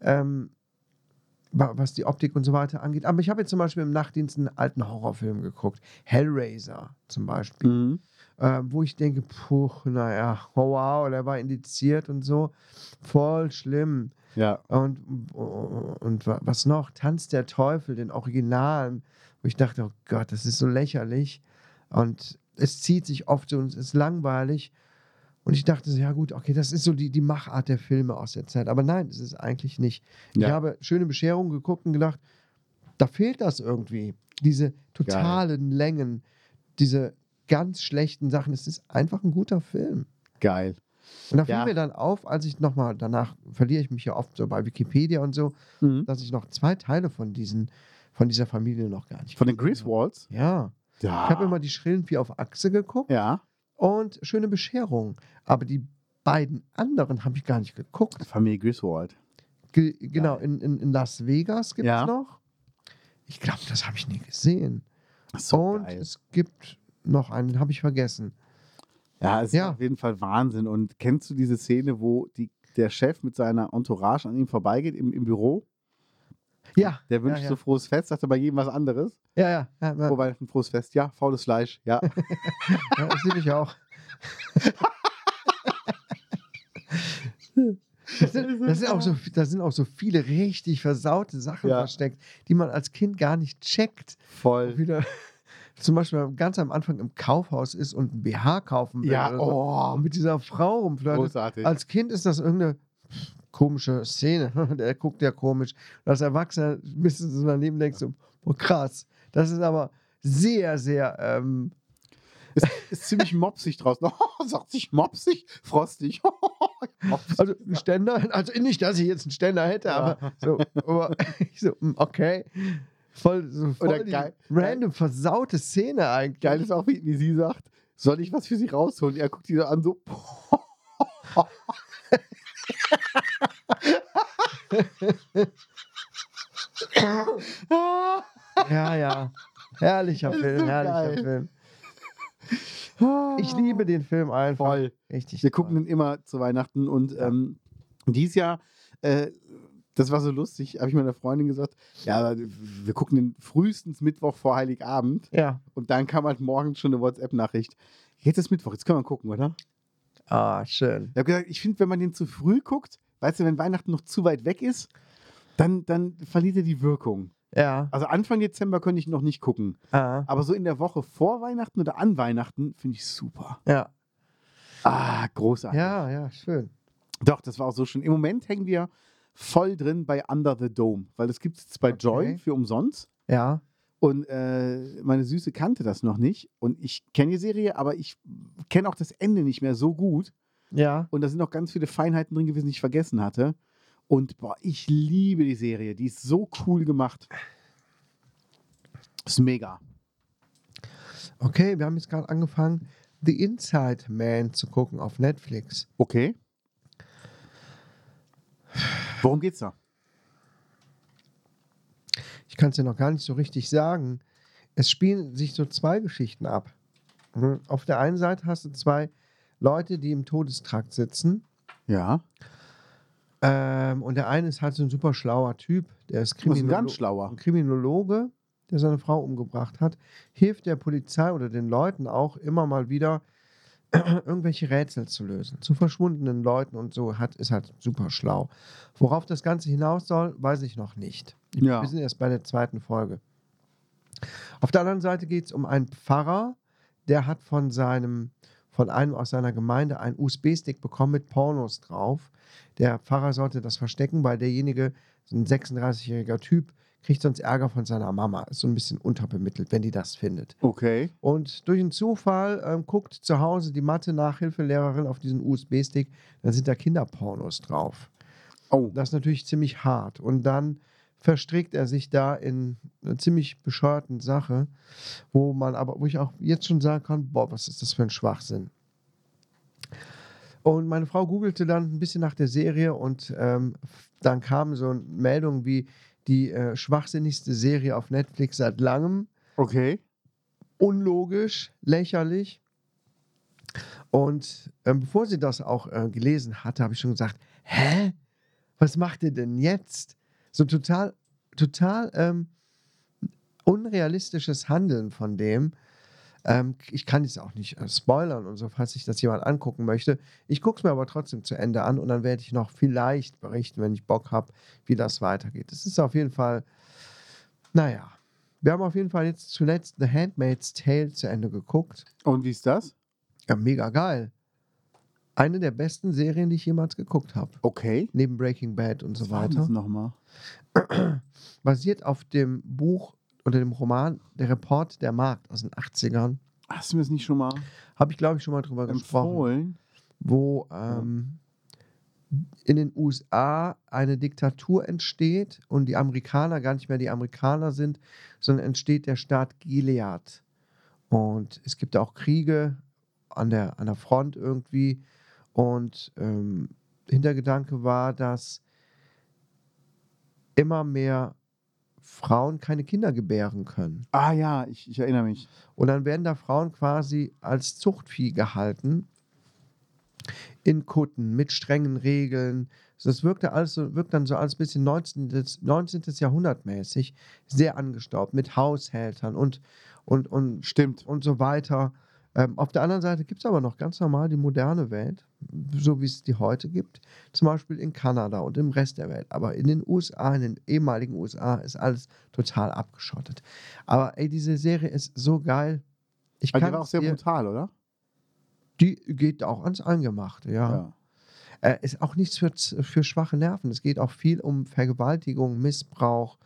ähm, wa- was die Optik und so weiter angeht. Aber ich habe jetzt zum Beispiel im Nachtdienst einen alten Horrorfilm geguckt. Hellraiser zum Beispiel. Ähm, wo ich denke, puh, naja, wow, der war indiziert und so. Voll schlimm.
Ja.
Und, und wa- was noch? Tanz der Teufel, den Originalen, wo ich dachte, oh Gott, das ist so lächerlich. Und es zieht sich oft so und es ist langweilig. Und ich dachte so, ja gut, okay, das ist so die, die Machart der Filme aus der Zeit. Aber nein, das ist eigentlich nicht.
Ja.
Ich habe schöne Bescherungen geguckt und gedacht, da fehlt das irgendwie. Diese totalen Längen, diese ganz schlechten Sachen. Es ist einfach ein guter Film.
Geil.
Und da fiel
Ja.
mir dann auf, als ich nochmal, danach verliere ich mich ja oft so bei Wikipedia und so, dass ich noch zwei Teile von diesen, von dieser Familie noch gar nicht
Von den
gesehen habe.
Greasewalds?
Ja.
Ja.
Ich habe immer die schrillen vier auf Achse geguckt
Ja.
und schöne Bescherung. Aber die beiden anderen habe ich gar nicht geguckt.
Familie Griswold.
Ge genau, in, in, in Las Vegas gibt es
Ja.
noch. Ich glaube, das habe ich nie gesehen.
So
und
geil.
es gibt noch einen, habe ich vergessen.
Ja, es
Ja.
ist auf jeden Fall Wahnsinn. Und kennst du diese Szene, wo die, der Chef mit seiner Entourage an ihm vorbeigeht im, im Büro?
Ja,
Der wünscht
ja.
so frohes Fest, sagt er bei jedem was anderes.
ja, ja. ja, ja.
Frohe Weihnachten, frohes Fest. Ja, faules Fleisch.
(laughs)
Ja.
Ja, das liebe ich auch. Das sind, das, sind auch so, da sind auch so viele richtig versaute Sachen
Ja.
versteckt, die man als Kind gar nicht checkt.
Voll.
Wieder, zum Beispiel ganz am Anfang im Kaufhaus ist und ein BH kaufen will.
Ja,
oder so. Und
oh,
mit dieser Frau rumflirtet.
großartig.
Als Kind ist das irgendeine komische Szene. (laughs) Der guckt ja komisch. Und als Erwachsener bist du so daneben und denkst so, oh krass. Das ist aber sehr, sehr ähm,
Ist, ist ziemlich mopsig draußen. (laughs) Oh, sagt sich mopsig, frostig. (laughs) mopsig.
Also ein Ständer, also nicht, dass ich jetzt einen Ständer hätte,
Ja.
aber so, aber (laughs) ich so, mm, okay. Voll, so voll
Oder
die
geil-
random versaute Szene eigentlich.
Geil ist auch, wie, wie sie sagt, soll ich was für sie rausholen? Er guckt sie so an, so.
(laughs)
(laughs)
Ja, ja. Herrlicher
Das ist
Film,
so
herrlicher
geil.
Film. Ich liebe den Film einfach.
Voll.
Richtig.
Wir gucken
toll.
den immer zu Weihnachten und ähm, dieses Jahr, äh, das war so lustig, habe ich meiner Freundin gesagt, ja, aber wir gucken den frühestens Mittwoch vor Heiligabend
Ja.
und dann kam halt morgens schon eine WhatsApp-Nachricht. Jetzt ist Mittwoch, jetzt können wir gucken, oder?
Ah, schön.
Ich habe gesagt, ich finde, wenn man den zu früh guckt, weißt du, wenn Weihnachten noch zu weit weg ist, dann, dann verliert er die Wirkung.
Ja.
Also Anfang Dezember könnte ich noch nicht gucken.
Ah,
Aber so in der Woche vor Weihnachten oder an Weihnachten finde ich super.
ja.
Ah, großartig.
Ja, ja, schön.
Doch, das war auch so schön. Im Moment hängen wir voll drin bei Under the Dome, weil das gibt es jetzt bei
Okay.
Joy für umsonst.
Ja.
Und äh, meine Süße kannte das noch nicht. Und ich kenne die Serie, aber ich kenne auch das Ende nicht mehr so gut.
Ja.
Und da sind noch ganz viele Feinheiten drin gewesen, die ich vergessen hatte. Und boah, ich liebe die Serie. Die ist so cool gemacht. Ist mega.
Okay, wir haben jetzt gerade angefangen, The Inside Man zu gucken auf Netflix.
Okay. Worum geht's da?
ich kann es dir noch gar nicht so richtig sagen. Es spielen sich so zwei Geschichten ab. Mhm. Auf der einen Seite hast du zwei Leute, die im Todestrakt sitzen.
Ja.
Ähm, und der eine ist halt so ein super schlauer Typ. Der ist,
Du bist ein
Kriminolo
ganz schlauer.
ein Kriminologe, der seine Frau umgebracht hat. Hilft der Polizei oder den Leuten auch immer mal wieder, (clears throat) irgendwelche Rätsel zu lösen. Zu verschwundenen Leuten und so hat, ist halt super schlau. Worauf das Ganze hinaus soll, weiß ich noch nicht. Ich-
Ja.
Wir sind erst bei der zweiten Folge. Auf der anderen Seite geht es um einen Pfarrer, der hat von seinem, von einem aus seiner Gemeinde einen USB-Stick bekommen mit Pornos drauf. Der Pfarrer sollte das verstecken, weil derjenige, so ein 36-jähriger Typ, kriegt sonst Ärger von seiner Mama. Ist so ein bisschen unterbemittelt, wenn die das findet.
Okay.
Und durch einen Zufall ähm, guckt zu Hause die Mathe-Nachhilfelehrerin auf diesen USB-Stick, dann sind da Kinderpornos drauf.
Oh.
Das ist natürlich ziemlich hart. Und dann verstrickt er sich da in einer ziemlich bescheuerten Sache, wo man aber, wo ich auch jetzt schon sagen kann, boah, was ist das für ein Schwachsinn. Und meine Frau googelte dann ein bisschen nach der Serie und ähm, dann kamen so Meldungen wie die äh, schwachsinnigste Serie auf Netflix seit langem,
Okay.
unlogisch, lächerlich. Und ähm, bevor sie das auch äh, gelesen hatte, habe ich schon gesagt, hä? Was macht ihr denn jetzt? So total, total ähm, unrealistisches Handeln von dem. Ähm, ich kann jetzt auch nicht äh, spoilern und so, falls sich das jemand angucken möchte. Ich gucke es mir aber trotzdem zu Ende an und dann werde ich noch vielleicht berichten, wenn ich Bock habe, wie das weitergeht. Es ist auf jeden Fall, naja. Wir haben auf jeden Fall jetzt zuletzt The Handmaid's Tale zu Ende geguckt.
Und wie ist das?
Ja, mega geil. Eine der besten Serien, die ich jemals geguckt habe.
Okay.
Neben Breaking Bad und so weiter.
nochmal.
Basiert auf dem Buch oder dem Roman Der Report der Markt aus den 80ern.
Hast du mir das nicht schon mal
Habe ich, glaube ich, schon mal drüber gesprochen.
empfohlen?
Wo ähm, in den USA eine Diktatur entsteht und die Amerikaner gar nicht mehr die Amerikaner sind, sondern entsteht der Staat Gilead. Und es gibt auch Kriege an der, an der Front irgendwie. Und ähm, Hintergedanke war, dass immer mehr Frauen keine Kinder gebären können.
Ah ja, ich, ich erinnere mich.
Und dann werden da Frauen quasi als Zuchtvieh gehalten. In Kutten, mit strengen Regeln. So, Das wirkte alles so, wirkt dann so alles ein bisschen 19. 19. Jahrhundert mäßig, sehr angestaubt, mit Haushältern und, und, und
Stimmt.
und so weiter. Ähm, auf der anderen Seite gibt es aber noch ganz normal die moderne Welt, so wie es die heute gibt, zum Beispiel in Kanada und im Rest der Welt. Aber in den USA, in den ehemaligen USA, ist alles total abgeschottet. Aber ey, diese Serie ist so geil. Ich
Aber
kann
Also die war auch sehr
dir,
brutal, oder?
die geht auch ans Eingemachte, ja. Äh, ist auch nichts für, für schwache Nerven. Es geht auch viel um Vergewaltigung, Missbrauch,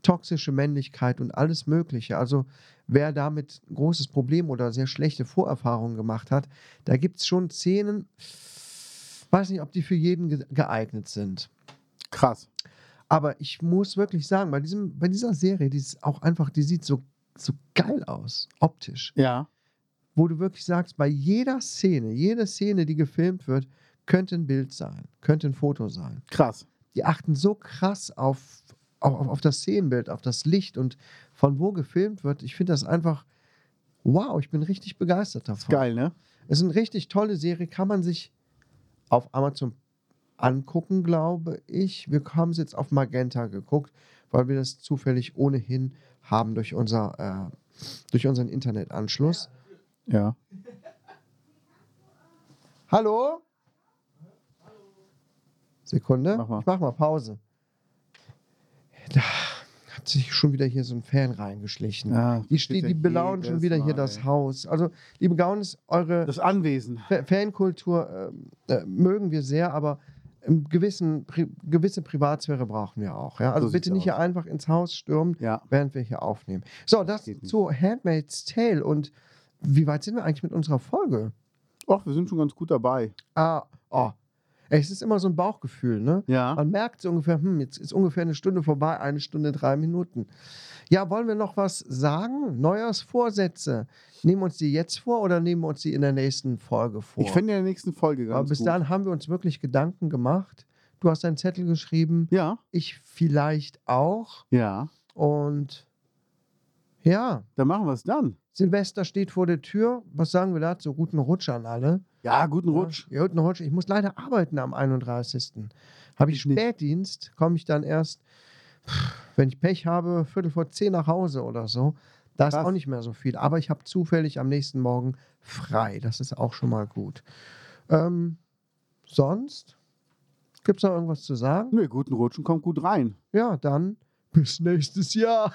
toxische Männlichkeit und alles Mögliche. Also wer damit ein großes Problem oder sehr schlechte Vorerfahrungen gemacht hat, da gibt es schon Szenen, weiß nicht, ob die für jeden ge geeignet sind.
Krass.
Aber ich muss wirklich sagen, bei, diesem, bei dieser Serie, die ist auch einfach, die sieht so, so geil aus, optisch
Ja.
wo du wirklich sagst, bei jeder Szene, jede Szene, die gefilmt wird, könnte ein Bild sein, könnte ein Foto sein.
Krass.
Die achten so krass auf, auf, auf- auf das Szenenbild, auf das Licht und von wo gefilmt wird. Ich finde das einfach, wow, ich bin richtig begeistert davon.
Ist geil, ne?
Es ist eine richtig tolle Serie, kann man sich auf Amazon angucken, glaube ich. Wir haben es jetzt auf Magenta geguckt, weil wir das zufällig ohnehin haben durch, unser, äh, durch unseren Internetanschluss.
Ja.
Hallo? Sekunde.
Mach mal.
Ich mach mal Pause. Da hat sich schon wieder hier so ein Fan reingeschlichen.
Ja,
die,
steht
ste-
ja
die belauen schon
jedes
wieder hier
Mal,
das
ey.
Haus. Also, liebe Gaunis, eure
Das Anwesen.
Fa- Fankultur ähm, äh, mögen wir sehr, aber im gewissen, pri gewisse Privatsphäre brauchen wir auch. Ja? Also
So
bitte
sieht's
nicht hier
aus.
einfach ins Haus stürmen,
Ja.
während wir hier aufnehmen. So, das
Geht nicht.
zu Handmaid's Tale. Und wie weit sind wir eigentlich mit unserer Folge?
Och, wir sind schon ganz gut dabei.
Ah, oh. Es ist immer so ein Bauchgefühl, ne?
Ja.
Man merkt so ungefähr, hm, jetzt ist ungefähr eine Stunde vorbei, eine Stunde, drei Minuten. Ja, wollen wir noch was sagen? Neujahrsvorsätze. Nehmen wir uns die jetzt vor oder nehmen wir uns die in der nächsten Folge vor?
Ich finde in der nächsten Folge ganz
Aber bis
gut.
dahin haben wir uns wirklich Gedanken gemacht. Du hast deinen Zettel geschrieben,
Ja.
ich vielleicht auch.
Ja.
Und ja,
Dann machen wir es dann.
Silvester steht vor der Tür. Was sagen wir dazu? Guten Rutsch an alle.
Ja, guten Rutsch.
Ja, guten Rutsch. Ich muss leider arbeiten am 31. Habe ich
Ich nicht.
Spätdienst, komme ich dann erst, wenn ich Pech habe, Viertel vor zehn nach Hause oder so. Da ist
Krass.
auch nicht mehr so viel. Aber ich habe zufällig am nächsten Morgen frei. Das ist auch schon mal gut. Ähm, sonst? Gibt es noch irgendwas zu sagen?
Nö, guten Rutsch und kommt gut rein.
Ja, dann bis nächstes Jahr.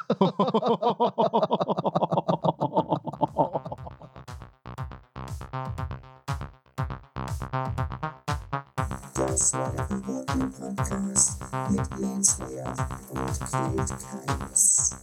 Das war der Woodworking Podcast mit Jens Lea und Kate Keines.